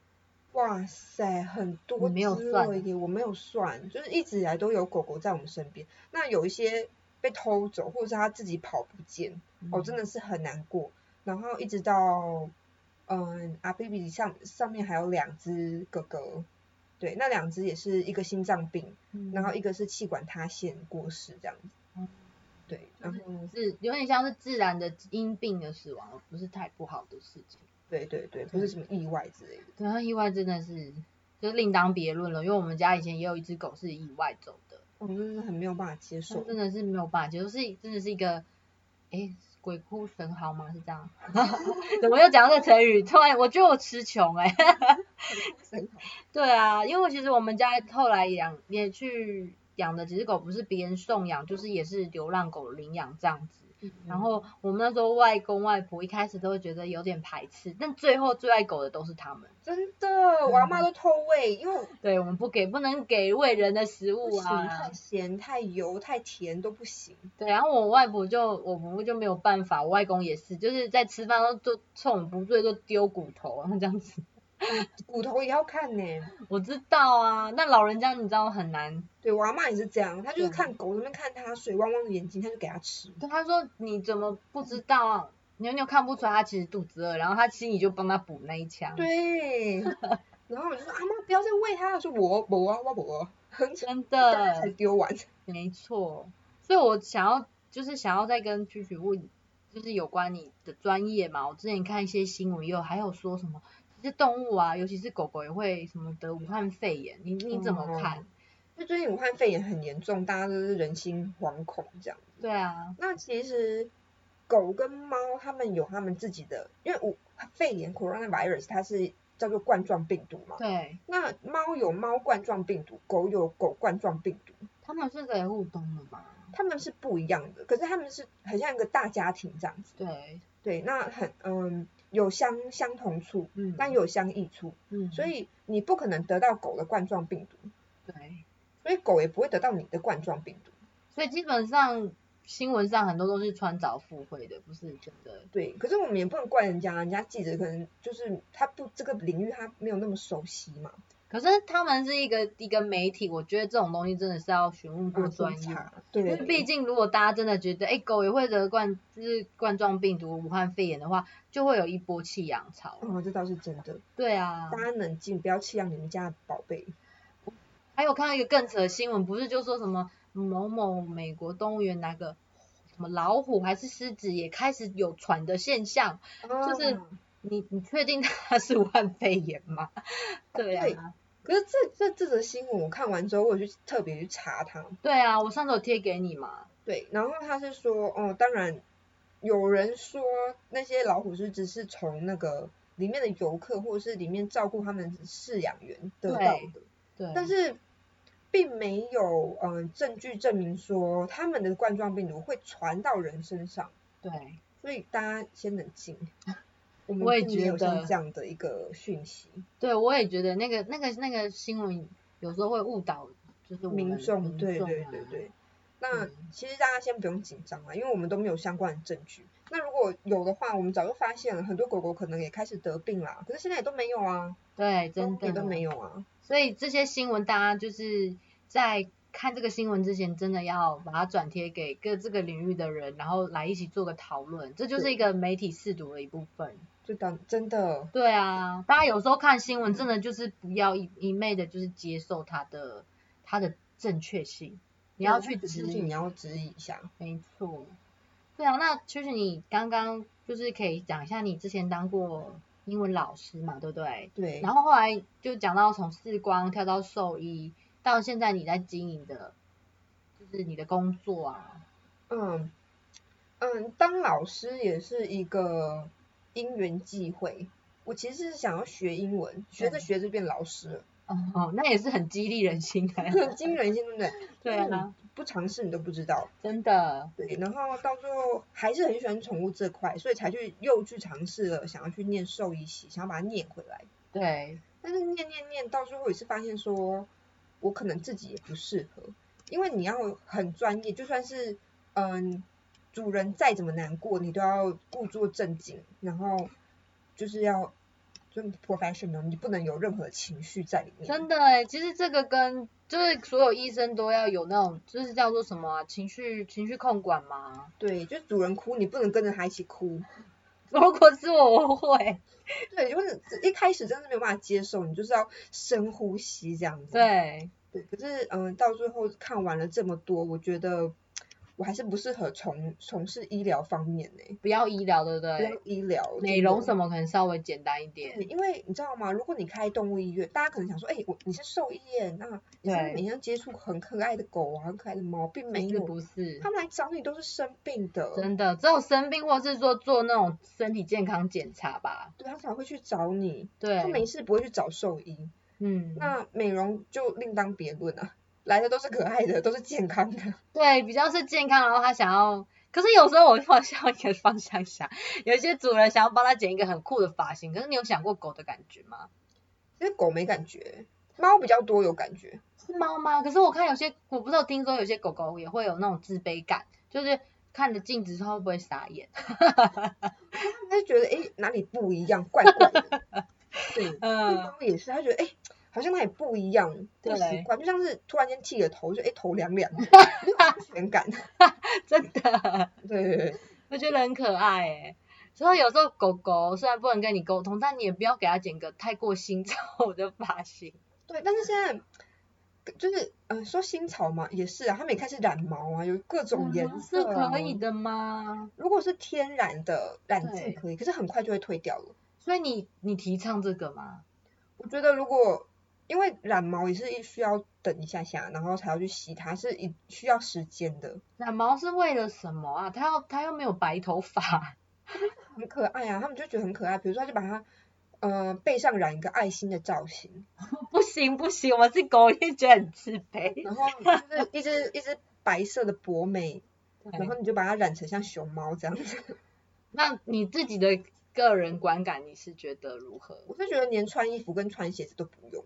S2: 哇塞，很多
S1: 你没有
S2: 只
S1: 算
S2: 了耶！我没有算，就是一直以来都有狗狗在我们身边。那有一些被偷走，或者是它自己跑不见，哦，真
S1: 的，
S2: 的是很难过。然后一直到，嗯，阿 baby 上上面还有两只哥哥，对，那两只也是一个心脏病，
S1: 嗯
S2: 然后一个是气管塌陷过世这样子
S1: 嗯。
S2: 对，然后
S1: 是有点像是自然的因病的死亡，不是太不好的事情。
S2: 对对对，不是什么意外之类的。
S1: 对，那意外真的是就另当别论了，因为我们家以前也有一只狗是意外走的，
S2: 我真的是很没有办法接
S1: 那
S2: 受。
S1: 真的是没有办法接受，是真的是一个，诶，鬼哭神嚎吗？是这 样？怎么又讲到这个成语？突然我觉得我词穷 哎、对啊，因为其实我们家后来养也去养的几只狗，不是别人送养，就是也是流浪狗领养这样子。
S2: 嗯
S1: 然后我们那时候外公外婆一开始都会觉得有点排斥，但最后最爱狗的都是他们。
S2: 真的，我阿
S1: 嗯
S2: 妈都偷喂，因为我
S1: 对，我们不给不能给喂人的食物
S2: 不行，
S1: 啊
S2: 太。咸、太油、太甜都不行。
S1: 对，然后我外婆就我婆婆就没有办法，我外公也是，就是在吃饭都就趁我不对就丢骨头，然后这样子。
S2: 骨头也要看呢、
S1: 我知道啊，那老人家你知道很难。
S2: 对我阿妈也是这样，她就是
S1: 对
S2: 看狗那边看它水汪汪的眼睛，她就给它吃。
S1: 对，他说你怎么不知道、啊？牛牛看不出来他其实肚子饿，然后他心里就帮他补那一枪。，
S2: 对，然后我就说阿妈不要再喂它了，说我我啊我我啊，很丑，
S1: 真
S2: 它才
S1: 的，
S2: 丢完。
S1: 没错。所以我想要就是想要再跟居居问就是有关你的专业嘛。我之前看一些新闻，也有还有说什么，其实动物啊，尤其是狗狗也会什么得武汉肺炎，你你怎么看？
S2: 就最近武汉肺炎很严重，大家都是人心惶恐这样。
S1: 对啊，
S2: 那其实狗跟猫它们有它们自己的，因为武肺炎 coronavirus 它是叫做冠状病毒嘛。
S1: 对，
S2: 那猫有猫冠状病毒，狗有狗冠状病毒，
S1: 他们是可以互动的嘛？
S2: 它们是不一样的，可是它们是很像一个大家庭这样子。
S1: 对，
S2: 对，那很嗯有相相同处，
S1: 嗯，
S2: 但有相异处，
S1: 嗯，
S2: 所以你不可能得到狗的冠状病毒，
S1: 对，
S2: 所以狗也不会得到你的冠状病毒。
S1: 所以基本上新闻上很多都是穿凿附会的，不是真的。
S2: 对，可是我们也不能怪人家，人家记者可能就是他不这个领域他没有那么熟悉嘛，
S1: 可是他们是一个一个媒体，我觉得这种东西真的是要询问过
S2: 啊
S1: 专
S2: 去
S1: 业。
S2: 查
S1: 因为
S2: 对，
S1: 毕竟，如果大家真的觉得，哎、狗也会得冠就是冠状病毒、武汉肺炎的话，就会有一波弃养潮。
S2: 哦，这倒是真的，
S1: 对啊
S2: 大，家冷静，不要弃养你们家的宝贝。
S1: 还有看到一个更扯的新闻，不是就说什么某某美国动物园哪个什么老虎还是狮子也开始有喘的现象？是
S2: 哦
S1: 你你确定它是武汉肺炎吗？ 对
S2: 对
S1: 啊，
S2: 可是这这这则新闻我看完之后，我有去特别去查它，
S1: 对啊，我上次有贴给你嘛。
S2: 对，然后他是说，哦，当然有人说那些老虎狮子是从那个里面的游客或者是里面照顾他们饲养员得到
S1: 对
S2: 的，
S1: 对，
S2: 但是并没有嗯、呃证据证明说他们的冠状病毒会传到人身上，
S1: 对，
S2: 所以大家先冷静。我们
S1: 啊我也
S2: 并没
S1: 觉
S2: 有像
S1: 得
S2: 这样的一个讯息，
S1: 对我也觉得那个那个那个新闻有时候会误导，就是我们
S2: 民众
S1: 民
S2: 对
S1: 众
S2: 对
S1: 啊
S2: 对对。那
S1: 嗯
S2: 其实大家先不用紧张啦，因为我们都没有相关的证据。那如果有的话，我们早就发现了，很多狗狗可能也开始得病啦，可是现在也都没有啊，
S1: 对，真
S2: 也
S1: 的
S2: 都没有啊。
S1: 所以这些新闻，大家就是在看这个新闻之前，真的要把它转贴给各这个领域的人，然后来一起做个讨论，这就是一个媒体试读的一部分。
S2: 就当真的，
S1: 对啊，大家有时候看新闻，真的就是不要一一昧的，就是接受它的它的正确性，你要去质
S2: 自
S1: 疑
S2: 己，你要质疑一下。
S1: 没错，对啊，那就是你刚刚就是可以讲一下你之前当过英文老师嘛，对不对？
S2: 对，
S1: 然后后来就讲到从视光跳到兽医，到现在你在经营的，就是你的工作啊，
S2: 嗯嗯，当老师也是一个因缘际会。我其实是想要学英文，学着
S1: 嗯
S2: 学着变老师了，，
S1: 哦，那也是很激励人心的
S2: 很惊人，对不对？
S1: 对
S2: 就是
S1: 啊，
S2: 你不尝试你都不知道。
S1: 真的，
S2: 对，然后到最后还是很喜欢宠物这块，所以才去又去尝试了，想要去念兽医系，想要把它念回来。
S1: 对，
S2: 但是念念念到最后也是发现说，我可能自己也不适合，因为你要很专业，就算是嗯主人再怎么难过，你都要故作镇静，然后就是要就 professional，你不能有任何情绪在里面。
S1: 真的哎，其实这个跟就是所有医生都要有那种，就是叫做什么啊、情绪情绪控管嘛。
S2: 对，就主人哭，你不能跟着他一起哭。
S1: 如果是我，我会，
S2: 对，就是一开始真的没有办法接受，你就是要深呼吸这样子。
S1: 对，
S2: 对，可是嗯，到最后看完了这么多，我觉得我还是不适合从从事医疗方面呢、
S1: 不要医疗，对不
S2: 不要
S1: 对？
S2: 医疗
S1: 美容
S2: 么。
S1: 什么可能稍微简单一
S2: 对
S1: 点，
S2: 因为你知道吗？如果你开动物医院，大家可能想说，哎、我你是兽医耶，那你是不是
S1: 对
S2: 每天接触很可爱的狗啊，很可爱的猫，并没
S1: 其实
S2: 有，
S1: 不是
S2: 他。们来找你都是生病的，
S1: 真的，只有生病或是说做那种身体健康检查吧。
S2: 对他才会去找你，就
S1: 对，
S2: 没事不会去找兽医。
S1: 嗯，
S2: 那美容就另当别论啊，来的都是可爱的，都是健康的。
S1: 对，比较是健康，然后他想要，可是有时候我 往向一个方向想，有一些主人想要帮他剪一个很酷的发型，可是你有想过狗的感觉吗？
S2: 其实狗没感觉，猫比较多有感觉。
S1: 是猫吗？可是我看有些，我不知道，听说有些狗狗也会有那种自卑感，就是看着镜子之后会不会傻眼？
S2: 他就觉得哎、诶哪里不一样，怪怪的。对，那
S1: 嗯，
S2: 猫也是，他觉得哎、诶好像哪里不一样，不习
S1: 对
S2: 惯，就像是突然间剃了头，就哎、诶头凉凉的，没有安全感。
S1: 真的，
S2: 对对对，
S1: 我觉得很可爱诶、所以有时候狗狗虽然不能跟你沟通，但你也不要给它剪个太过新潮的发型。
S2: 对，但是现在就是嗯、呃说新潮嘛，也是啊，他们也开始染毛啊，有各种颜
S1: 哦嗯是
S2: 色、啊
S1: 可以。的吗？
S2: 如果是天然的染
S1: 对
S2: 剂可以，可是很快就会退掉了。
S1: 所以你你提倡这个吗？
S2: 我觉得如果因为染毛也是一需要等一下下，然后才要去洗它，是一需要时间的。
S1: 染毛是为了什么啊？他又他又没有白头发，
S2: 很可爱啊，他们就觉得很可爱。比如说，他就把它呃背上染一个爱心的造型，
S1: 不行不行，我是狗，一定觉得很自卑。
S2: 然后就是一只一只白色的博美，然后你就把它染成像熊猫这样子。
S1: 那你自己的个人观感，你是觉得如何？
S2: 我是觉得连穿衣服跟穿鞋子都不用，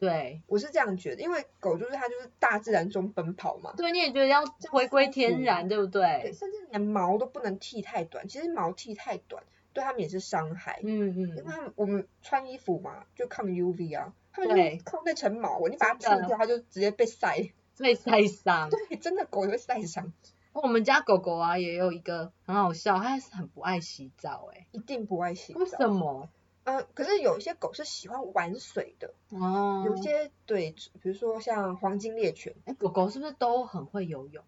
S1: 对
S2: 我是这样觉得，因为狗就是它就是大自然中奔跑嘛。
S1: 对，你也觉得要回归天然，对不
S2: 对，
S1: 对？
S2: 甚至连毛都不能剃太短，其实毛剃太短对它们也是伤害。
S1: 嗯
S2: 因为
S1: 嗯，
S2: 他们我们穿衣服嘛，就抗 UV 啊，他们
S1: 对
S2: 就抗那层毛，啊你把它
S1: 真的
S2: 剃掉，它就直接被晒。
S1: 被晒伤。
S2: 对，真的狗也会晒伤，
S1: 我们家狗狗啊，也有一个很好笑，它是很不爱洗澡、欸，
S2: 一定不爱洗
S1: 为
S2: 澡。
S1: 什么？
S2: 嗯，可是有一些狗是喜欢玩水的，
S1: 哦，
S2: 有些对，比如说像黄金猎犬，
S1: 哎、狗狗是不是都很会游泳？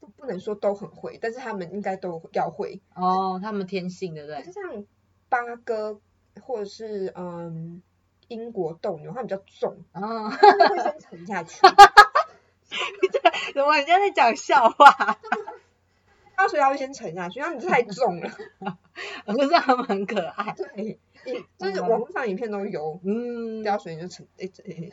S2: 不不能说都很会，但是它们应该都要会。
S1: 哦，它们天性，对不
S2: 可
S1: 对
S2: 是？像八哥或者是嗯英国斗牛，它们比较重，
S1: 哦，
S2: 它们会先沉下去。
S1: 怎么人家在讲笑话？
S2: 它所以它会先沉下去，因为它们太重了。
S1: 可是它们很可爱。
S2: 对，就是网络上影片都有。
S1: 嗯，
S2: 掉水你就沉，哎、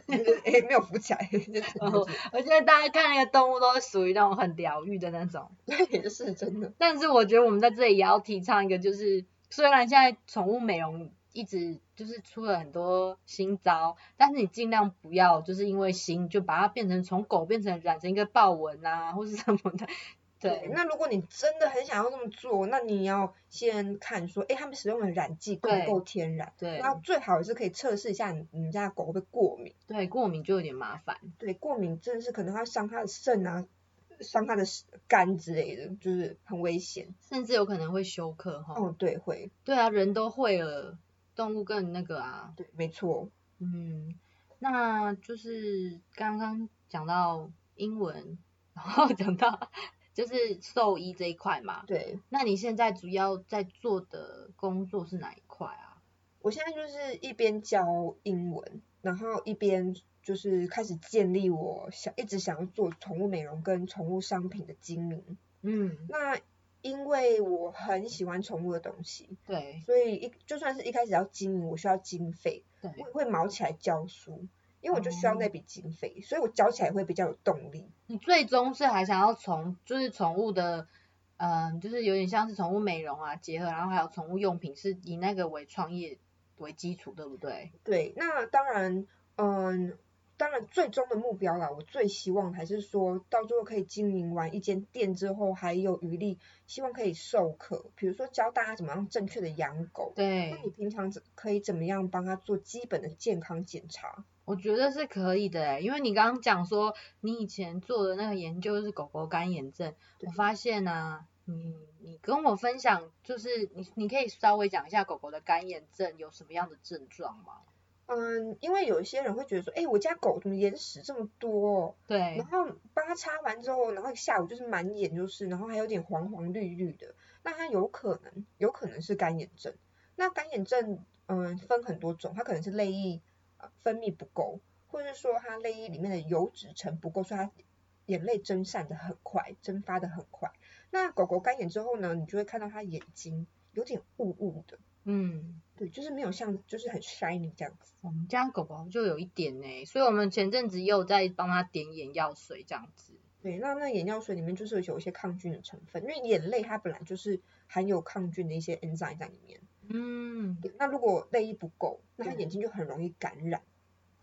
S2: 哎、哎、没有浮起来，就 沉下
S1: 哦
S2: 去。
S1: 我觉得大家看那个动物都是属于那种很疗愈的那种，
S2: 对，是真的。
S1: 但是我觉得我们在这里也要提倡一个，就是虽然现在宠物美容一直就是出了很多新招，但是你尽量不要就是因为新就把它变成从狗变成染成一个豹纹啊或是什么的， 对
S2: 那如果你真的很想要这么做，那你要先看说，哎、他们使用的染剂够
S1: 对
S2: 不够天然？
S1: 对
S2: 然后最好也是可以测试一下你你们家的狗会不会过敏。
S1: 对，过敏就有点麻烦，
S2: 对，过敏真的是可能会伤它的肾啊，伤它的肝之类的，就是很危险。
S1: 甚至有可能会休克哈。
S2: 哦，对，会，
S1: 对啊，人都会了，动物更那个啊。
S2: 对，没错。
S1: 嗯，那就是刚刚讲到英文，然后 讲到就是兽医这一块嘛。
S2: 对，
S1: 那你现在主要在做的工作是哪一块啊？
S2: 我现在就是一边教英文，然后一边就是开始建立我想一直想要做宠物美容跟宠物商品的经营。
S1: 嗯，
S2: 那因为我很喜欢宠物的东西，
S1: 对
S2: 所以一就算是一开始要经营，我需要经费，
S1: 对
S2: 我也会毛起来教书，因为我就需要那笔经费，所以我教起来会比较有动力。
S1: 你最终是还想要从就是宠物的，嗯，就是有点像是宠物美容啊结合，然后还有宠物用品，是以那个为创业为基础，对不对？
S2: 对，那当然，嗯，当然最终的目标啦，我最希望还是说到最后可以经营完一间店之后还有余力，希望可以授课，比如说教大家怎么样正确的养狗，那你
S1: 对，
S2: 平常怎可以怎么样帮它做基本的健康检查？
S1: 我觉得是可以的欸，因为你刚刚讲说你以前做的那个研究是狗狗干眼症，我
S2: 对
S1: 发现啊，你你跟我分享，就是你你可以稍微讲一下狗狗的干眼症有什么样的症状吗？
S2: 嗯，因为有一些人会觉得说，哎、我家狗怎么眼屎这么多哦、然
S1: 对，
S2: 后帮它擦完之后，然后下午就是满眼就是，然后还有点黄黄绿绿的，那它有可能有可能是干眼症。那干眼症嗯分很多种，它可能是泪液呃分泌不够，或者是说它泪液里面的油脂层不够，所以它眼泪蒸散的很快，蒸发的很快。那狗狗干眼之后呢，你就会看到它眼睛有点雾雾的，
S1: 嗯，
S2: 对，就是没有像就是很 shiny 这样子。
S1: 我们家狗狗就有一点呢、所以我们前阵子也有在帮它点眼药水这样子。
S2: 对，那那眼药水里面就是有一些抗菌的成分，因为眼泪它本来就是含有抗菌的一些 enzyme 在里面。
S1: 嗯，
S2: 那如果泪液不够，那它
S1: 对
S2: 眼睛就很容易感染。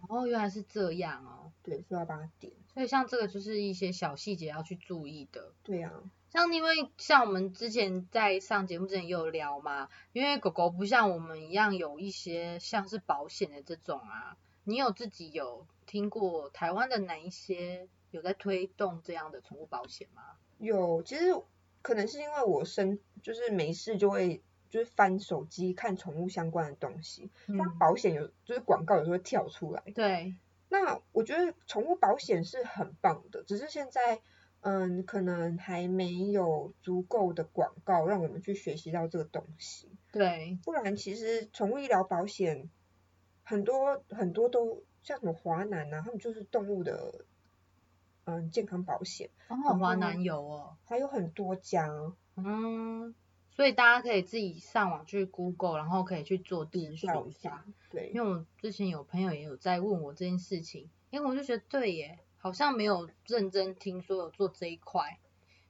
S1: 哦，原来是这样哦，
S2: 对，所以要帮它点。
S1: 所以像这个就是一些小细节要去注意的。
S2: 对啊，
S1: 像因为像我们之前在上节目之前也有聊嘛，因为狗狗不像我们一样有一些像是保险的这种啊，你有自己有听过台湾的哪一些有在推动这样的宠物保险吗？
S2: 有其实可能是因为我生就是没事就会就是翻手机看宠物相关的东西，像
S1: 嗯，
S2: 保险有就是广告有时候会跳出来，
S1: 对，
S2: 那我觉得宠物保险是很棒的，只是现在嗯，可能还没有足够的广告让我们去学习到这个东西。
S1: 对，
S2: 不然其实宠物医疗保险很多很多都像什么华南啊，他们就是动物的嗯健康保险，
S1: 哦，华南有哦，
S2: 还有很多家
S1: 嗯，所以大家可以自己上网去 Google，然后可以去做
S2: 比
S1: 地
S2: 较
S1: 数
S2: 一
S1: 一下
S2: 下。，对，
S1: 因为我之前有朋友也有在问我这件事情，因为我就觉得对耶，好像没有认真听说有做这一块。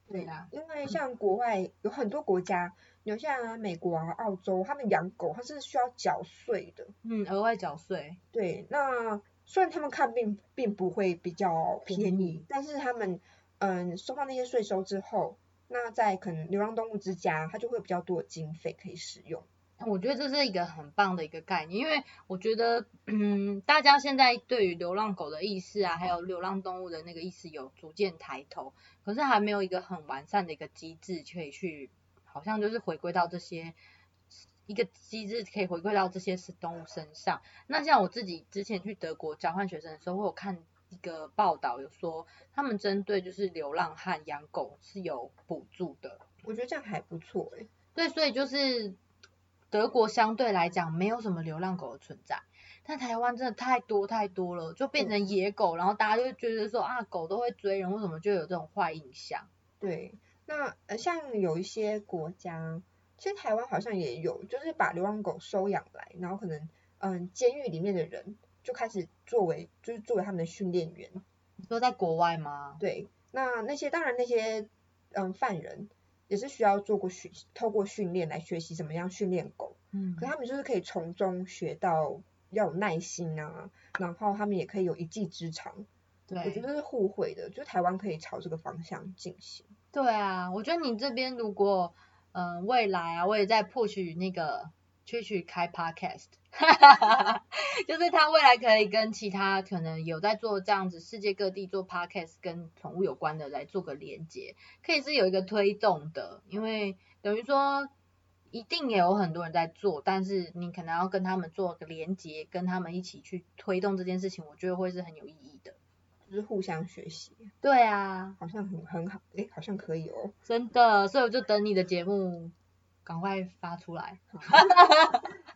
S1: 对啦，
S2: 因为像国外有很多国家，纽西兰啊、美国啊、澳洲，他们养狗它是需要缴税的。
S1: 嗯，额外缴税，
S2: 对，那虽然他们看病并不会比较便
S1: 便
S2: 宜
S1: 宜，
S2: 但是他们嗯收到那些税收之后，那在可能流浪动物之家，它就会有比较多的经费可以使用。
S1: 我觉得这是一个很棒的一个概念，因为我觉得，嗯，大家现在对于流浪狗的意识啊，还有流浪动物的那个意识有逐渐抬头，可是还没有一个很完善的一个机制可以去，好像就是回归到这些一个机制可以回归到这些是动物身上。那像我自己之前去德国交换学生的时候，我有看一个报道，有说他们针对就是流浪汉养狗是有补助的，
S2: 我觉得这样还不错欸诶、
S1: 对，所以就是德国相对来讲没有什么流浪狗的存在，但台湾真的太多太多了，就变成野狗，然后大家就会觉得说啊，狗都会追人，为什么就有这种坏印象？
S2: 对，那呃像有一些国家，其实台湾好像也有，就是把流浪狗收养来，然后可能嗯监狱里面的人就开始作为就是作为他们的训练员。
S1: 你说在国外吗？
S2: 对，那那些当然那些嗯犯人也是需要做过训，透过训练来学习怎么样训练狗，
S1: 嗯
S2: 可他们就是可以从中学到要有耐心啊，然后他们也可以有一技之长，我觉
S1: 对，
S2: 得是互惠的，就台湾可以朝这个方向进行。
S1: 对啊，我觉得你这边如果嗯、呃未来啊，我也在 push 那个蛐蛐开 podcast，就是他未来可以跟其他可能有在做这样子世界各地做 podcast 跟宠物有关的来做个连接，可以是有一个推动的，因为等于说一定也有很多人在做，但是你可能要跟他们做个连接，跟他们一起去推动这件事情，我觉得会是很有意义的。
S2: 就是互相学习，
S1: 对啊，
S2: 好像很很好，诶，好像可以哦。
S1: 真的，所以我就等你的节目赶快发出来，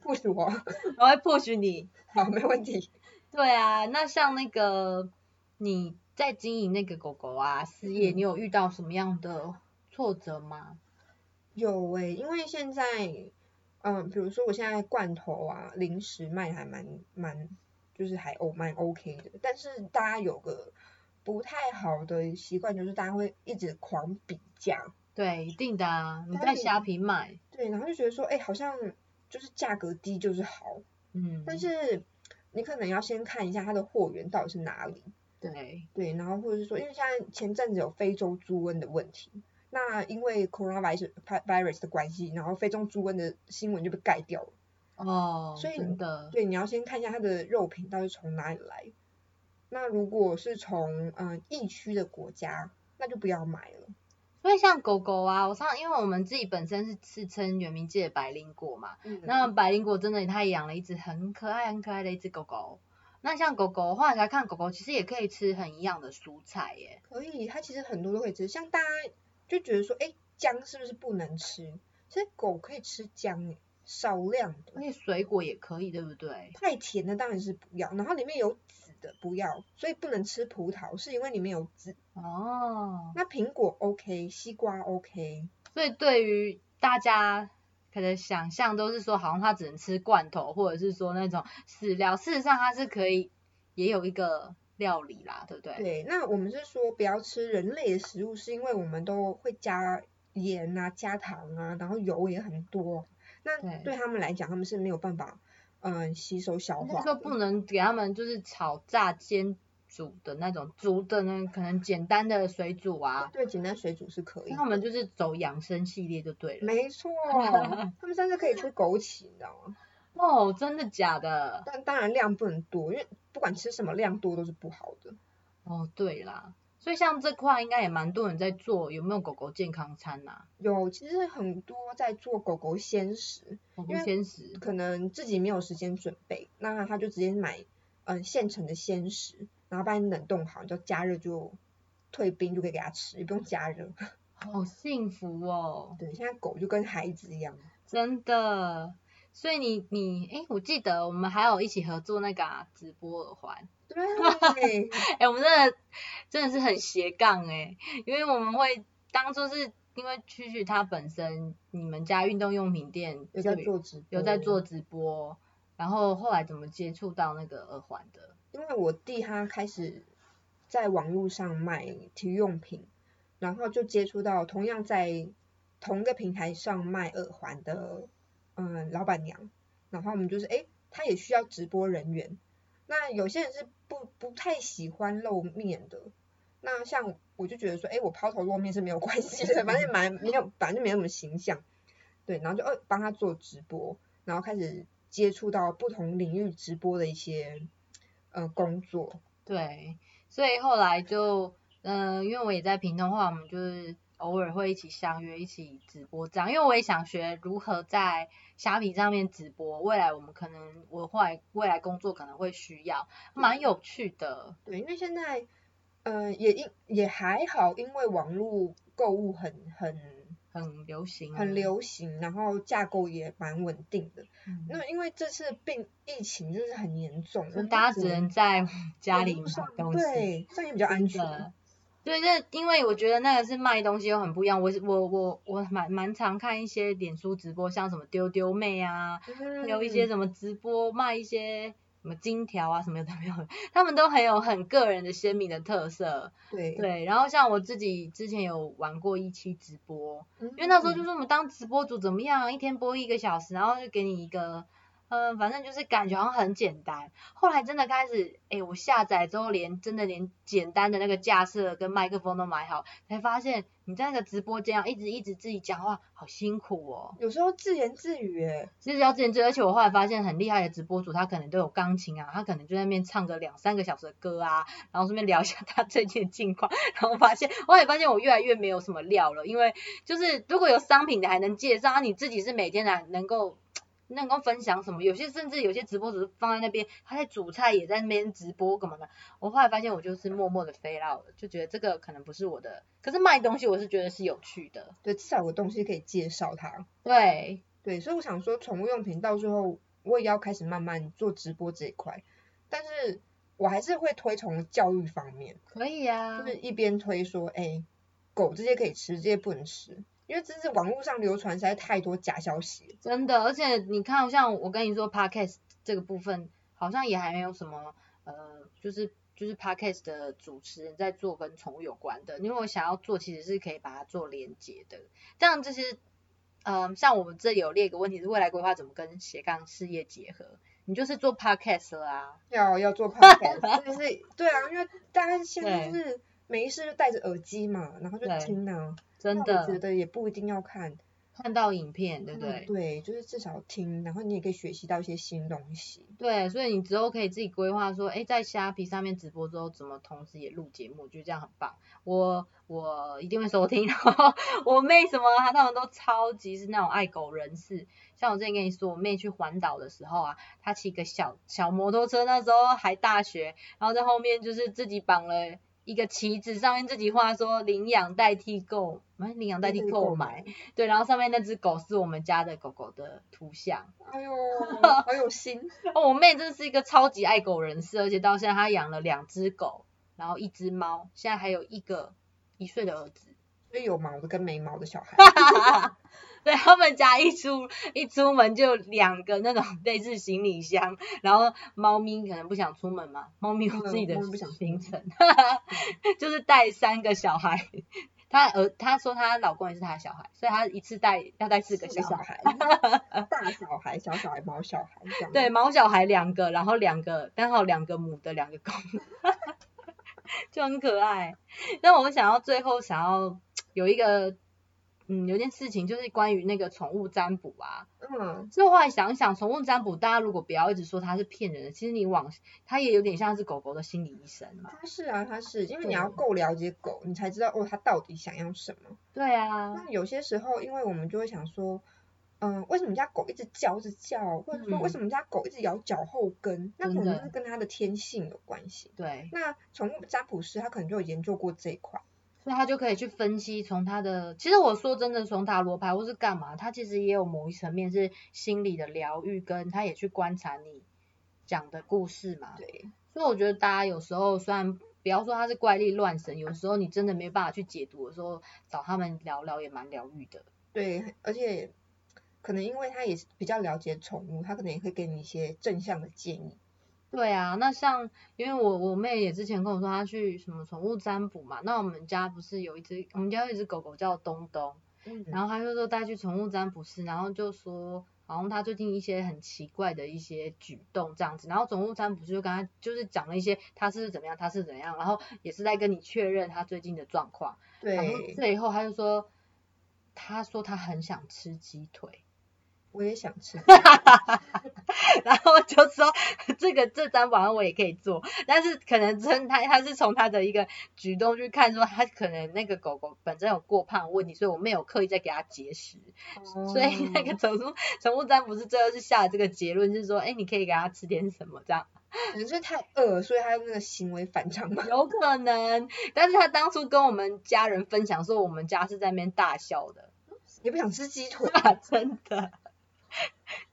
S2: 不许我，
S1: 赶快 push 你。
S2: 好，没问题。
S1: 对啊，那像那个你在经营那个狗狗啊事业，
S2: 嗯
S1: 你有遇到什么样的挫折吗？
S2: 有诶、因为现在，嗯，比如说我现在罐头啊、零食卖得还蛮蛮，就是还哦蛮 OK 的，但是大家有个不太好的习惯，就是大家会一直狂比价，
S1: 对，一定的啊，你
S2: 当
S1: 在
S2: 你
S1: 虾皮买，
S2: 对，然后就觉得说，哎、好像就是价格低就是好，
S1: 嗯，
S2: 但是你可能要先看一下它的货源到底是哪里，
S1: 对，
S2: 对，然后或者是说，因为现在前阵子有非洲猪瘟的问题，那因为 coronavirus virus 的关系，然后非洲猪瘟的新闻就被盖掉了。
S1: 哦，
S2: 所以
S1: 真的，
S2: 对，你要先看一下它的肉品到底从哪里来。那如果是从嗯疫区的国家，那就不要买了。
S1: 所以像狗狗啊，我上因为我们自己本身是自称原名界的百灵果嘛，
S2: 嗯
S1: 那百灵果真的它也养了一只很可爱、很可爱的一只狗狗。那像狗狗，后来才看狗狗其实也可以吃很一样的蔬菜耶。
S2: 可以，它其实很多都可以吃，像大家就觉得说，哎，姜是不是不能吃？其实狗可以吃姜耶，少量
S1: 而
S2: 的。
S1: 且水果也可以，对不对？
S2: 太甜的当然是不要，然后里面有籽的不要，所以不能吃葡萄，是因为里面有籽。
S1: 哦，
S2: 那苹果 OK，西瓜 OK，
S1: 所以对于大家可能想象都是说，好像它只能吃罐头，或者是说那种饲料。事实上，它是可以也有一个料理啦，对不对？
S2: 对，那我们是说不要吃人类的食物，是因为我们都会加盐啊、加糖啊，然后油也很多。那
S1: 对
S2: 对他们来讲，他们是没有办法嗯吸收消
S1: 应
S2: 化
S1: 该说
S2: 的
S1: 不能给他们就是炒、炸、煎、煮的那种，煮的呢可能简单的水煮啊，
S2: 对，简单水煮是可以
S1: 那他
S2: 的。
S1: 们就是走养生系列就对了。
S2: 没错，他们甚至可以吃枸杞，你知道吗？
S1: 哦，真的假的？
S2: 但当然量不能多，因为不管吃什么量多都是不好的。
S1: 哦，对啦，所以像这块应该也蛮多人在做，有没有狗狗健康餐啊呐、
S2: 有，其实很多在做狗狗鲜食，
S1: 狗狗
S2: 因为
S1: 鲜食，
S2: 可能自己没有时间准备，那他就直接买嗯现成的鲜食，然后把你冷冻好，你就加热就退冰就可以给它吃，也不用加热。
S1: 好幸福哦，
S2: 对，现在狗就跟孩子一样，
S1: 真的。所以你你诶，我记得我们还有一起合作那个、啊、直播耳环，
S2: 对，
S1: 诶，我们真的真的是很斜杠诶，因为我们会当做是因为蛐蛐它本身你们家运动用品店
S2: 有在
S1: 就
S2: 做直播，
S1: 有在做直播，然后后来怎么接触到那个耳环的？
S2: 因为我弟他开始在网络上卖体育用品，然后就接触到同样在同一个平台上卖耳环的嗯老板娘，然后我们就是诶，他也需要直播人员，那有些人是不不太喜欢露面的，那像我就觉得说诶，我抛头露面是没有关系的，反正蛮没有，反正就没有什么形象，对，然后就呃帮他做直播，然后开始接触到不同领域直播的一些。呃工作，
S1: 对，所以后来就嗯、呃因为我也在屏东的话，我们就是偶尔会一起相约，一起直播这样，因为我也想学如何在虾皮上面直播，未来我们可能我后来未来工作可能会需要，蛮有趣的，
S2: 对，因为现在，呃，也因也还好，因为网络购物很很
S1: 很流行，
S2: 很，流行，然后架构也蛮稳定的。
S1: 嗯、
S2: 那因为这次病疫情就是很严重，我
S1: 就
S2: 们
S1: 嗯大家
S2: 就
S1: 只能在家
S2: 网
S1: 里
S2: 络
S1: 买
S2: 上
S1: 东西。
S2: 对，这样也比较安全。嗯
S1: 的。对，那因为我觉得那个是卖东西又很不一样。我是我我我蛮蛮常看一些脸书直播，像什么丢丢妹啊，还有一些
S2: 嗯
S1: 什么直播卖一些什么金条啊什么有的没有的，他们都很有很个人的鲜明的特色。
S2: 对，
S1: 对，然后像我自己之前有玩过一期直播，
S2: 因
S1: 因为那时候
S2: 嗯
S1: 就是我们当直播主怎么样，一天播一个小时，然后就给你一个，嗯，反正就是感觉好像很简单。后来真的开始，哎，我下载之后连真的连简单的那个架设跟麦克风都买好，才发现你在那个直播间要一直一直自己讲话，好辛苦哦。
S2: 有时候自言自语，哎，
S1: 其实要自言自语，而且我后来发现很厉害的直播主，他可能都有钢琴啊，他可能就在那边唱个两三个小时的歌啊，然后顺便聊一下他最近的近况，然后发现，我也发现我越来越没有什么料了，因为就是如果有商品的还能介绍，啊你自己是每天来能够。能够分享什么？有些甚至有些直播主是放在那边，他在煮菜也在那边直播干嘛的。我后来发现我就是默默的飞到了，就觉得这个可能不是我的。可是卖东西我是觉得是有趣的，
S2: 对，至少有个东西可以介绍它。
S1: 对，
S2: 对，所以我想说，宠物用品到最后我也要开始慢慢做直播这一块，但是我还是会推崇教育方面。
S1: 可以啊，
S2: 就是一边推说，哎、狗这些可以吃，这些不能吃，因为这是网络上流传实在太多假消息了。
S1: 真的，而且你看，像我跟你说，podcast 这个部分好像也还没有什么，呃，就是就是 podcast 的主持人在做跟宠物有关的。你如果想要做，其实是可以把它做连接的。这样这些，嗯、像我们这里有列一个问题是未来规划怎么跟斜杠事业结合，你就是做 podcast 啊啦、
S2: 要要 做 podcast，真的是对啊，因为大家现在就是没事就戴着耳机嘛，然后就
S1: 对
S2: 听啊。
S1: 真
S2: 那我觉
S1: 的
S2: 得也不一定要看，
S1: 看到影片，对不
S2: 嗯
S1: 对？
S2: 对，就是至少听，然后你也可以学习到一些新东西。
S1: 对，所以你之后可以自己规划说，哎，在虾皮上面直播之后，怎么同时也录节目，我觉得这样很棒。我我一定会收听，然后我妹什么，啊她他们都超级是那种爱狗人士。像我之前跟你说，我妹去环岛的时候啊，她骑个小小摩托车，那时候还大学，然后在后面就是自己绑了一个旗子，上面自己画说领养代替购，哎，领养代替购买，，对，然后上面那只狗是我们家的狗狗的图像。
S2: 哎 呦，好有心，
S1: 哦，我妹真的是一个超级爱狗人士，而且到现在她养了两只狗，然后一只猫，现在还有一个一岁的儿子。
S2: 所以有毛的跟没毛的小孩，
S1: 对他们家一出一出门就两个那种类似行李箱，然后猫咪可能不想出门嘛，猫咪有自己的
S2: 嗯猫咪不想出
S1: 行程， 就是带三个小孩。 她儿她说她老公也是她的小孩，所以她一次带要带 四个小孩。
S2: 孩，大小孩、小小孩、毛小孩这样。
S1: 对，毛小孩两个，然后两个，刚好两个母的，两个公的， 就很可爱。那我想要最后想要有一个，嗯，有件事情就是关于那个宠物占卜啊。
S2: 嗯，
S1: 所以我后来想一想，宠物占卜大家如果不要一直说它是骗人的，其实你往它也有点像是狗狗的心理医生嘛。
S2: 它是啊，它是，因为你
S1: 对
S2: 要够了解狗，你才知道哦，它到底想要什么。
S1: 对啊，
S2: 那有些时候，因为我们就会想说，嗯，为什么你家狗一直叫，一直叫，或者说为什么你家狗一直咬脚后跟？那可
S1: 嗯真
S2: 能
S1: 的
S2: 就是跟它的天性有关系。
S1: 对，
S2: 那宠物占卜师他可能就有研究过这一块，
S1: 所以他就可以去分析从他的，其实我说真的，从塔罗牌或是干嘛，他其实也有某一层面是心理的疗愈，跟他也去观察你讲的故事嘛。
S2: 对，
S1: 所以我觉得大家有时候虽然不要说他是怪力乱神，有时候你真的没办法去解读的时候，找他们聊聊也蛮疗愈的。
S2: 对，而且可能因为他也是比较了解宠物，他可能也会给你一些正向的建议。
S1: 对啊，那像因为我我妹也之前跟我说她去什么宠物占卜嘛，那我们家不是有一只我们家有一只狗狗叫东东，
S2: 嗯，
S1: 然后她就说带去宠物占卜师，然后就说好像她最近一些很奇怪的一些举动这样子，然后宠物占卜师就跟她就是讲了一些她是怎么样，她是怎么样，然后也是在跟你确认她最近的状况，然后
S2: 对，
S1: 最后她就说她说她很想吃鸡腿。
S2: 我也想 吃。
S1: 然后就说这个这张晚上我也可以做，但是可能真他他是从他的一个举动去看说他可能那个狗狗本身有过胖的问题，所以我没有刻意在给它节食，所以那个
S2: 哦
S1: 宠物宠物占卜师最后是下了这个结论，就是说哎你可以给它吃点什么这样，
S2: 可能是太饿了，所以他用那个行为反常嘛。
S1: 有可能，但是他当初跟我们家人分享说我们家是在那边大笑的， 啊
S2: 也不想吃鸡腿。
S1: 真的。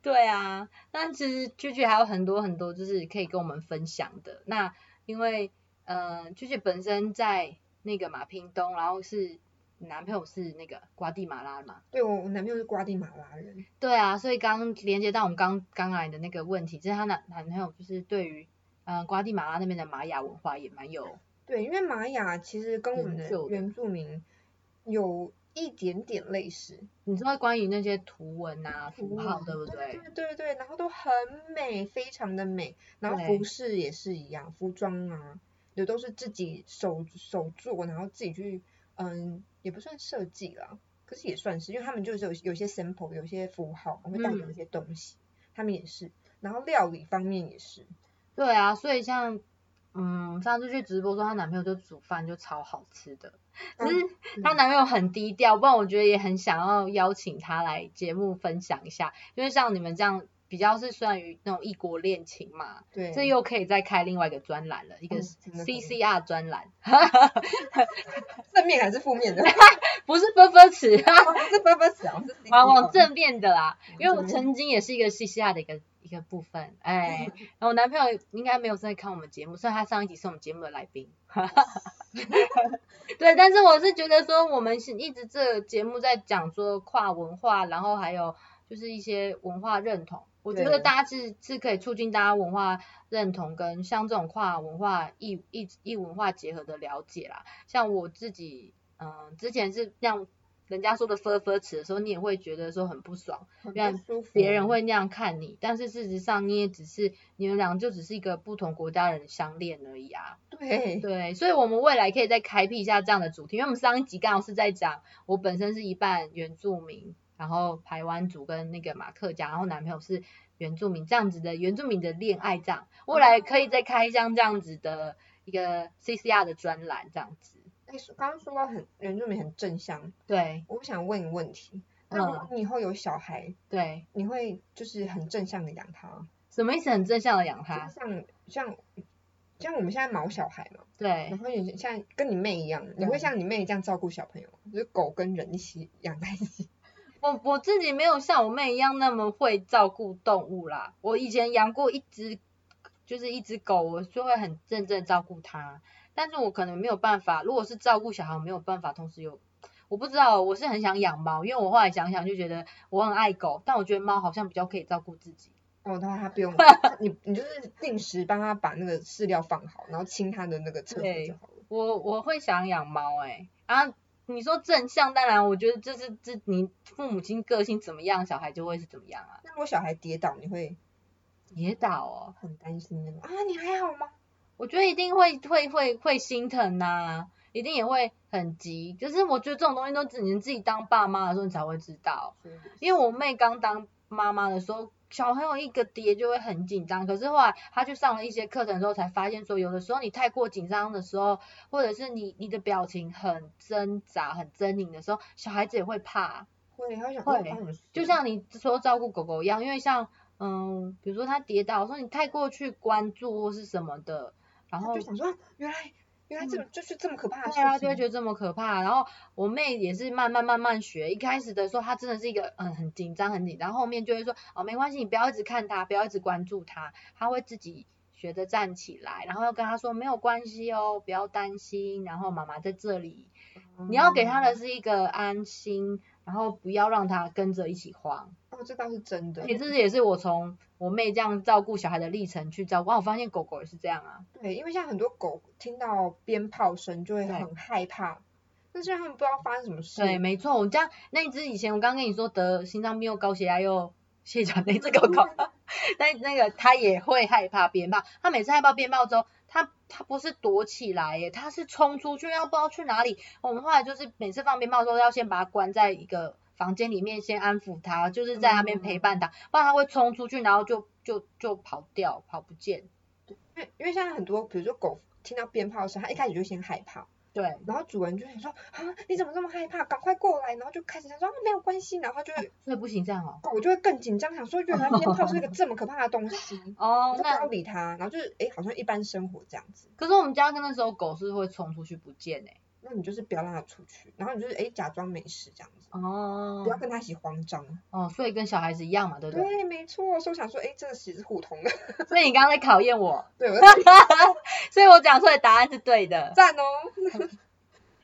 S1: 对啊，但其实句句还有很多很多，就是可以跟我们分享的。那因为呃，句句本身在那个嘛屏东，然后是男朋友是那个瓜地马拉嘛，
S2: 对我，我男朋友是瓜地马拉人，
S1: 对啊，所以刚连接到我们刚刚来的那个问题，就是她男男朋友就是对于嗯、呃瓜地马拉那边的玛雅文化也蛮有
S2: 对，因为玛雅其实跟我们
S1: 研
S2: 的
S1: 究的
S2: 原住民有一点点类似，
S1: 你知道关于那些图文啊、符
S2: 嗯
S1: 号，对不
S2: 对
S1: 对？
S2: 对对对，然后都很美，非常的美，然后
S1: 对
S2: 服饰也是一样，服装啊，也都是自己手手做，然后自己去，嗯，也不算设计啦，可是也算是，因为他们就是有有些 sample，有些符号会代表
S1: 嗯
S2: 一些东西，他们也是，然后料理方面也是，
S1: 对啊，所以像嗯，上次去直播说她男朋友就煮饭就超好吃的，可是
S2: 嗯
S1: 她男朋友很低调，不然我觉得也很想要邀请她来节目分享一下，因为像你们这样比较是算于那种异国恋情嘛，
S2: 对，
S1: 这又可以再开另外一个专栏了，一个
S2: 嗯真的可以
S1: CCR 专栏，
S2: 正面还是负面的？
S1: 不是分分词，
S2: 哦这不不讲，这是
S1: 往往
S2: 一个
S1: 正面的啦，因为我
S2: 往正面
S1: 曾经也是一个 CCR 的一个一个部分，哎，然后我男朋友应该没有在看我们节目，虽然他上一集是我们节目的来宾，对，但是我是觉得说我们是一直这个节目在讲说跨文化，然后还有就是一些文化认同，我觉得
S2: 对
S1: 大家是是可以促进大家文化认同跟像这种跨文化异异异文化结合的了解啦，像我自己，嗯、之前是让人家说的 “fur fur” 词的时候，你也会觉得说很不爽，
S2: 很
S1: 让
S2: 不舒服，
S1: 别人会那样看你，但是事实上你也只是你们俩就只是一个不同国家人的相恋而已啊。
S2: 对
S1: 对，所以我们未来可以再开辟一下这样的主题，因为我们上一集刚好是在讲我本身是一半原住民，然后台湾族跟那个马克家，然后男朋友是原住民这样子的原住民的恋爱这样，未来可以再开像这样子的一个 CCR 的专栏这样子。
S2: 哎，说刚刚说到很原住民很正向，
S1: 对
S2: 我想问你问题，那
S1: 嗯
S2: 如果你以后有小孩，
S1: 对，
S2: 你会就是很正向的养他吗？
S1: 什么意思？很正向的养
S2: 就
S1: 他，
S2: 像像像我们现在毛小孩嘛，
S1: 对嗯
S2: 然，后你像跟你妹一样，你会像你妹这样照顾小朋友吗？就是狗跟人一起养在一起，
S1: 我我自己没有像我妹一样那么会照顾动物啦。我以前养过一只，就是一只狗，我就会很认真地照顾它。但是我可能没有办法，如果是照顾小孩，我没有办法同时有，我不知道，我是很想养猫，因为我后来想想就觉得我很爱狗，但我觉得猫好像比较可以照顾自己。
S2: 哦，然后 他不用你你就是定时帮他把那个饲料放好，然后清他的那个厕所
S1: 对
S2: 就好了。
S1: 我我会想养猫哎、啊，你说正向，当然我觉得这是这你父母亲个性怎么样，小孩就会是怎么样啊。
S2: 那如果小孩跌倒，你会
S1: 野岛哦，
S2: 很担心的吗？啊，你还好吗？
S1: 我觉得一定会会会会心疼呐、一定也会很急。就是我觉得这种东西都只能自己当爸妈的时候你才会知道。嗯因为我妹刚当妈妈的时候，小朋友一个跌就会很紧张，可是后来她去上了一些课程之后，才发现说，有的时候你太过紧张的时候，或者是你你的表情很挣扎、很狰狞的时候，小孩子也会怕。
S2: 会，他想
S1: 会
S2: 嗯
S1: 就像你说照顾狗狗一样，因为像嗯，比如说它跌倒，说你太过去关注或是什么的，然后嗯
S2: 就想说啊原来原来这么、就是这么可怕的事
S1: 对
S2: 情，
S1: 啊，就会觉得这么可怕。然后我妹也是慢慢慢慢学，一开始的时候她真的是一个嗯很紧张很紧张，后面就会说哦没关系，你不要一直看她，不要一直关注她，她会自己学着站起来，然后要跟她说没有关系哦，不要担心，然后妈妈在这里。你要给
S2: 嗯
S1: 她的是一个安心，然后不要让她跟着一起慌。
S2: 哦，这倒是真的
S1: 而，且这也是我从我妹这样照顾小孩的历程去照顾，啊我发现狗狗也是这样啊。
S2: 对，因为像很多狗听到鞭炮声就会
S1: 对
S2: 很害怕，但是他们不知道发生什么事，
S1: 对，没错，我家那一只以前我刚跟你说得心脏病又高血压又血糖那只狗狗，那那个它也会害怕鞭炮，它每次害怕鞭炮之后，它它不是躲起来耶，它是冲出去，要不知道去哪里。我们后来就是每次放鞭炮的时候，要先把它关在一个房间里面，先安抚它，就是在那边陪伴它，不然它会冲出去，然后就就就跑掉，跑不见。
S2: 因为因为像很多比如说狗听到鞭炮声，它一开始就先害怕，
S1: 对，
S2: 然后主人就想说啊你怎么这么害怕，赶快过来，然后就开始想说、啊、没有关系，然后就会
S1: 所以不行这样哦。
S2: 狗就会更紧张，想说原来鞭炮是一个这么可怕的东 西，我
S1: 哦，
S2: 就不
S1: 那
S2: 要理它，然后就是哎好像一般生活这样子。
S1: 可是我们家那时候狗是会冲出去不见哎、
S2: 那你就是不要让它出去，然后你就是哎假装没事这样子，
S1: 哦
S2: 不要跟它一起慌张。
S1: 哦，所以跟小孩子一样嘛，对不对？
S2: 对，没错，所以我想说，哎，这个其实是互通的。
S1: 所以你刚刚在考验我，
S2: 对，我在 想
S1: 所以我讲出来答案是对的。
S2: 赞哦。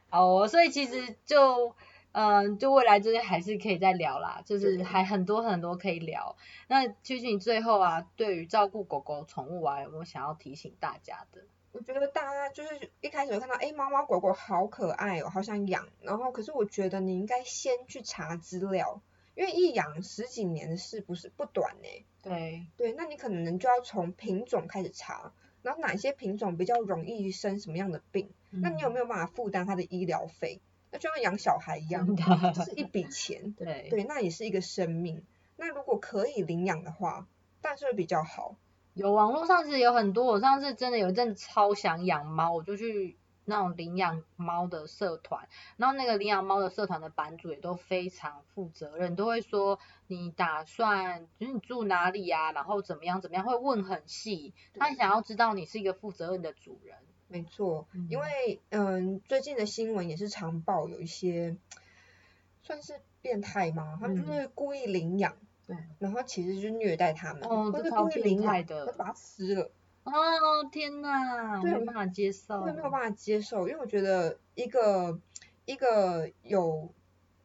S1: 好哦，所以其实就嗯，就未来就是还是可以再聊啦，就是还很多很多可以聊。那其实你最后啊，对于照顾狗狗宠物啊，有没有想要提醒大家的？
S2: 我觉得大家就是一开始有看到，哎，猫猫狗狗好可爱哦，好想养。然后，可是我觉得你应该先去查资料，因为一养十几年是不是不短呢？
S1: 对，
S2: 对，那你可能就要从品种开始查，然后哪些品种比较容易生什么样的病，
S1: 嗯
S2: 那你有没有办法负担它的医疗费？那就像养小孩一样，
S1: 真的
S2: 这是一笔钱。
S1: 有？对，
S2: 对，那也是一个生命。那如果可以领养的话，但是会比较好。
S1: 有网络上其实有很多，我上次真的有一阵子超想养猫，我就去那种领养猫的社团，然后那个领养猫的社团的版主也都非常负责任，都会说你打算就是你住哪里啊，然后怎么样怎么样，会问很细，他
S2: 对
S1: 想要知道你是一个负责任的主人。
S2: 没错，因
S1: 嗯
S2: 为嗯，最近的新闻也是常报有一些算是变态嘛，他们就
S1: 嗯
S2: 是故意领养，
S1: 对，
S2: 然后其实就是虐待他们，
S1: 哦，
S2: 或
S1: 这
S2: 是
S1: 超
S2: 故意
S1: 变
S2: 领
S1: 态
S2: 养，然后
S1: 的。
S2: 把它撕了，
S1: 哦天哪，
S2: 对
S1: 没办法接受
S2: 我。也没有办法接受，因为我觉得一个一个有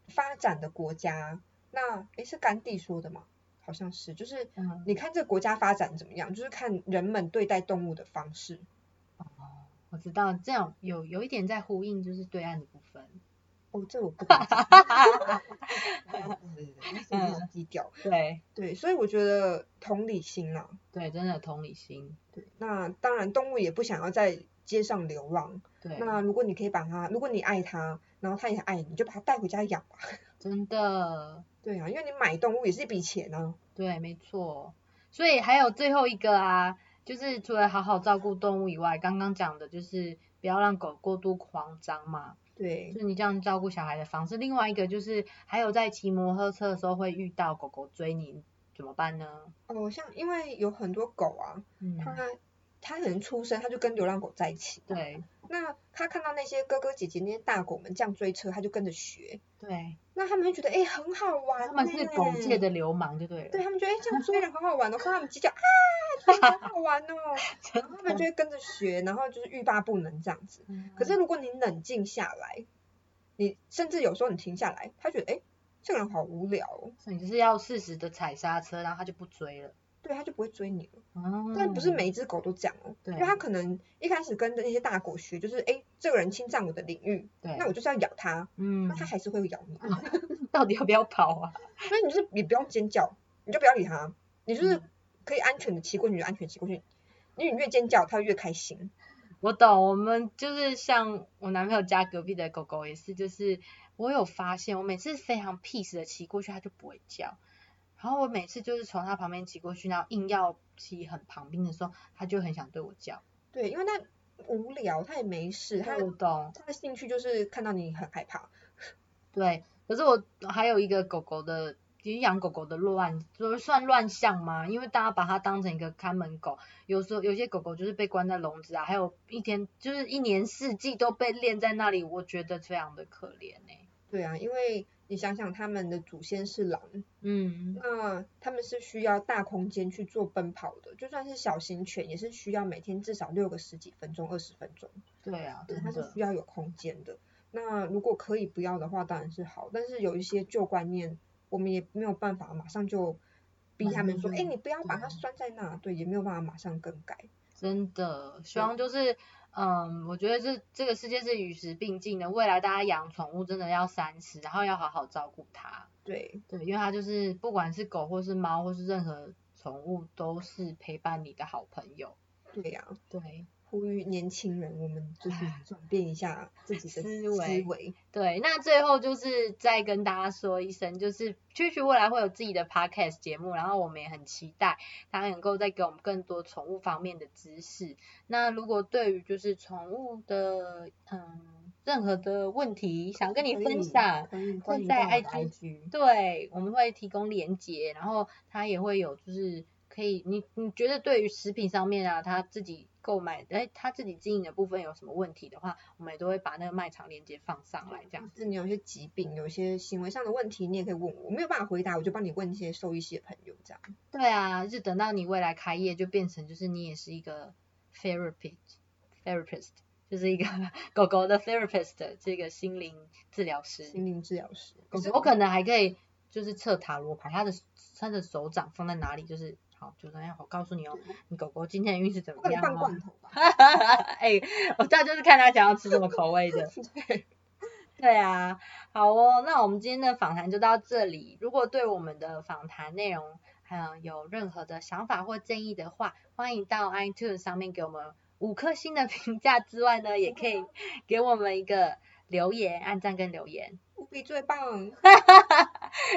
S2: 发展的国家，那诶是甘地说的吗？好像是，就是
S1: 嗯，
S2: 你看这个国家发展怎么样，就是看人们对待动物的方式。
S1: 我知道，这样有有一点在呼应，就是对岸的部分。
S2: 哦，这我不 敢讲。对对对，那
S1: 嗯
S2: 是很低调。
S1: 对
S2: 对，所以我觉得同理心啦、
S1: 对，真的有同理心。
S2: 对，那当然动物也不想要在街上流浪。
S1: 对。
S2: 那如果你可以把它，如果你爱它，然后它也爱你，你就把它带回家养吧。
S1: 真的，
S2: 对啊，因为你买动物也是一笔钱啊。
S1: 对，没错。所以还有最后一个啊，就是除了好好照顾动物以外，刚刚讲的就是不要让狗过度慌张嘛，就
S2: 对，
S1: 是你这样照顾小孩的方式。另外一个就是还有在骑摩托车的时候会遇到狗狗追你，怎么办呢？
S2: 哦，像因为有很多狗啊，
S1: 嗯，
S2: 它它可能出生它就跟流浪狗在一起。。
S1: 对
S2: 那它看到那些哥哥姐姐那些大狗们这样追车，它就跟着学。
S1: 对，
S2: 那他们就觉得哎、诶很好玩、
S1: 他们是狗界的，流氓就对了，
S2: 对他们觉得哎、诶这 样追人很好玩哦，看他们犄角啊，天哪好好玩哦，
S1: 真
S2: 他们就会跟着学，然后就是欲罢不能这样子。
S1: 嗯
S2: 可是如果你冷静下来，你甚至有时候你停下来，他觉得哎、诶这个人好无聊、哦，
S1: 所以你就是要适时的踩刹车，然后它就不追了。
S2: 对他就不会追你了。
S1: 哦，
S2: 但不是每一只狗都这样哦，
S1: 对
S2: 因为他可能一开始跟着那些大狗学，就是哎、诶这个人侵占我的领域，
S1: 嗯对
S2: 那，我就是要咬他，
S1: 嗯
S2: 那，他还是会咬你。
S1: 到底要不要跑啊？
S2: 所以你就是也不用尖叫，你就不要理他，你就是
S1: 嗯
S2: 可以安全的骑过去，你就安全地骑过去。因为你越尖叫，它越开心。
S1: 我懂，我们就是像我男朋友家隔壁的狗狗也是，就是我有发现，我每次非常 peace 的骑过去，它就不会叫。然后我每次就是从它旁边骑过去，然后硬要骑很旁边的时候，它就很想对我叫。
S2: 对，因为它无聊，它也没事，它
S1: 我懂，
S2: 它的兴趣就是看到你很害怕。
S1: 对。可是我还有一个狗狗的，其实养狗狗的乱，就是算乱象吗？因为大家把它当成一个看门狗，有时候有些狗狗就是被关在笼子啊，还有一天就是一年四季都被练在那里，我觉得非常的可怜哎、
S2: 对啊，因为你想想，他们的祖先是狼，
S1: 嗯，
S2: 那他们是需要大空间去做奔跑的，就算是小型犬也是需要每天至少遛个十几分钟、二十分钟，
S1: 对啊，
S2: 对，
S1: 真
S2: 它是
S1: 的，
S2: 需要有空间的。那如果可以不要的话，当然是好，但是有一些旧观念，我们也没有办法马上就逼他们说，
S1: 嗯
S2: 哎、你不要把它
S1: 对
S2: 拴在那，对，也没有办法马上更改。
S1: 真的，希望就是，嗯，我觉得这这个世界是与时并进的，未来大家养宠物真的要三思，然后要好好照顾它。
S2: 对，
S1: 对，因为它就是不管是狗或是猫或是任何宠物，都是陪伴你的好朋友。
S2: 对呀、
S1: 对
S2: 呼吁年轻人，我们就是转变一下自己
S1: 思
S2: 的思
S1: 维
S2: 维。
S1: 对，那最后就是再跟大家说一声，就是蛐蛐未来会有自己的 podcast 节目，然后我们也很期待它能够再给我们更多宠物方面的知识。那如果对于就是宠物的嗯任何的问题想跟你
S2: 可
S1: 分
S2: 以
S1: 享，
S2: 可以
S1: 会
S2: 欢迎
S1: 在
S2: 到我的
S1: IG
S2: IG
S1: 对，我们会提供连接，然后它也会有就是可以，你你觉得对于食品上面啊，他自己购买，哎，他自己经营的部分有什么问题的话，我们也都会把那个卖场链接放上来，这样。
S2: 是你有一些疾病，有一些行为上的问题，你也可以问我，我没有办法回答，我就帮你问一些兽医系的朋友这样。
S1: 对啊，就等到你未来开业，就变成就是你也是一个 therapist therapist，就是一 个狗狗的 therapist 这个心灵治疗师。
S2: 心灵治疗师，
S1: 狗
S2: 可是
S1: 狗可能还可以就是测塔罗牌，它的它的手掌放在哪里，就是好，就等一下我告诉你哦，你狗狗今天的运势怎
S2: 我
S1: 么
S2: 可能
S1: 样
S2: 放
S1: 哦
S2: 罐。头吧。
S1: 哎、我大就是看他想要吃什么口味的。对啊，好哦，那我们今天的访谈就到这里。如果对我们的访谈内容还有有任何的想法或建议的话，欢迎到 iTunes 上面给我们五颗星的评价之外呢，也可以给我们一个留言、按赞跟留言。
S2: 乌比最棒，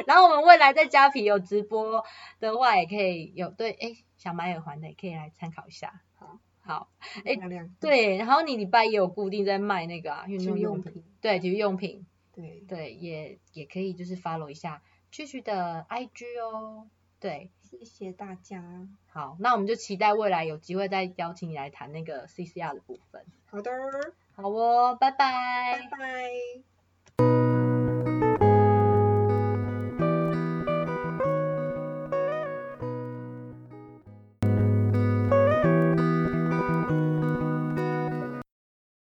S1: 然后我们未来在家皮有直播的话，也可以有对哎想买耳环的，也可以来参考一下。
S2: 好，
S1: 好，哎
S2: 亮亮，
S1: 对，然后你礼拜也有固定在卖那个啊运
S2: 体
S1: 动
S2: 育
S1: 用
S2: 用
S1: 品，
S2: 品，
S1: 对，体育用品，
S2: 对，
S1: 对，也也可以就是 follow 一下蛐蛐的 IG 哦，对，
S2: 谢谢大家。
S1: 好，那我们就期待未来有机会再邀请你来谈那个 CCR 的部分。
S2: 好的，
S1: 好哦，拜
S2: 拜拜。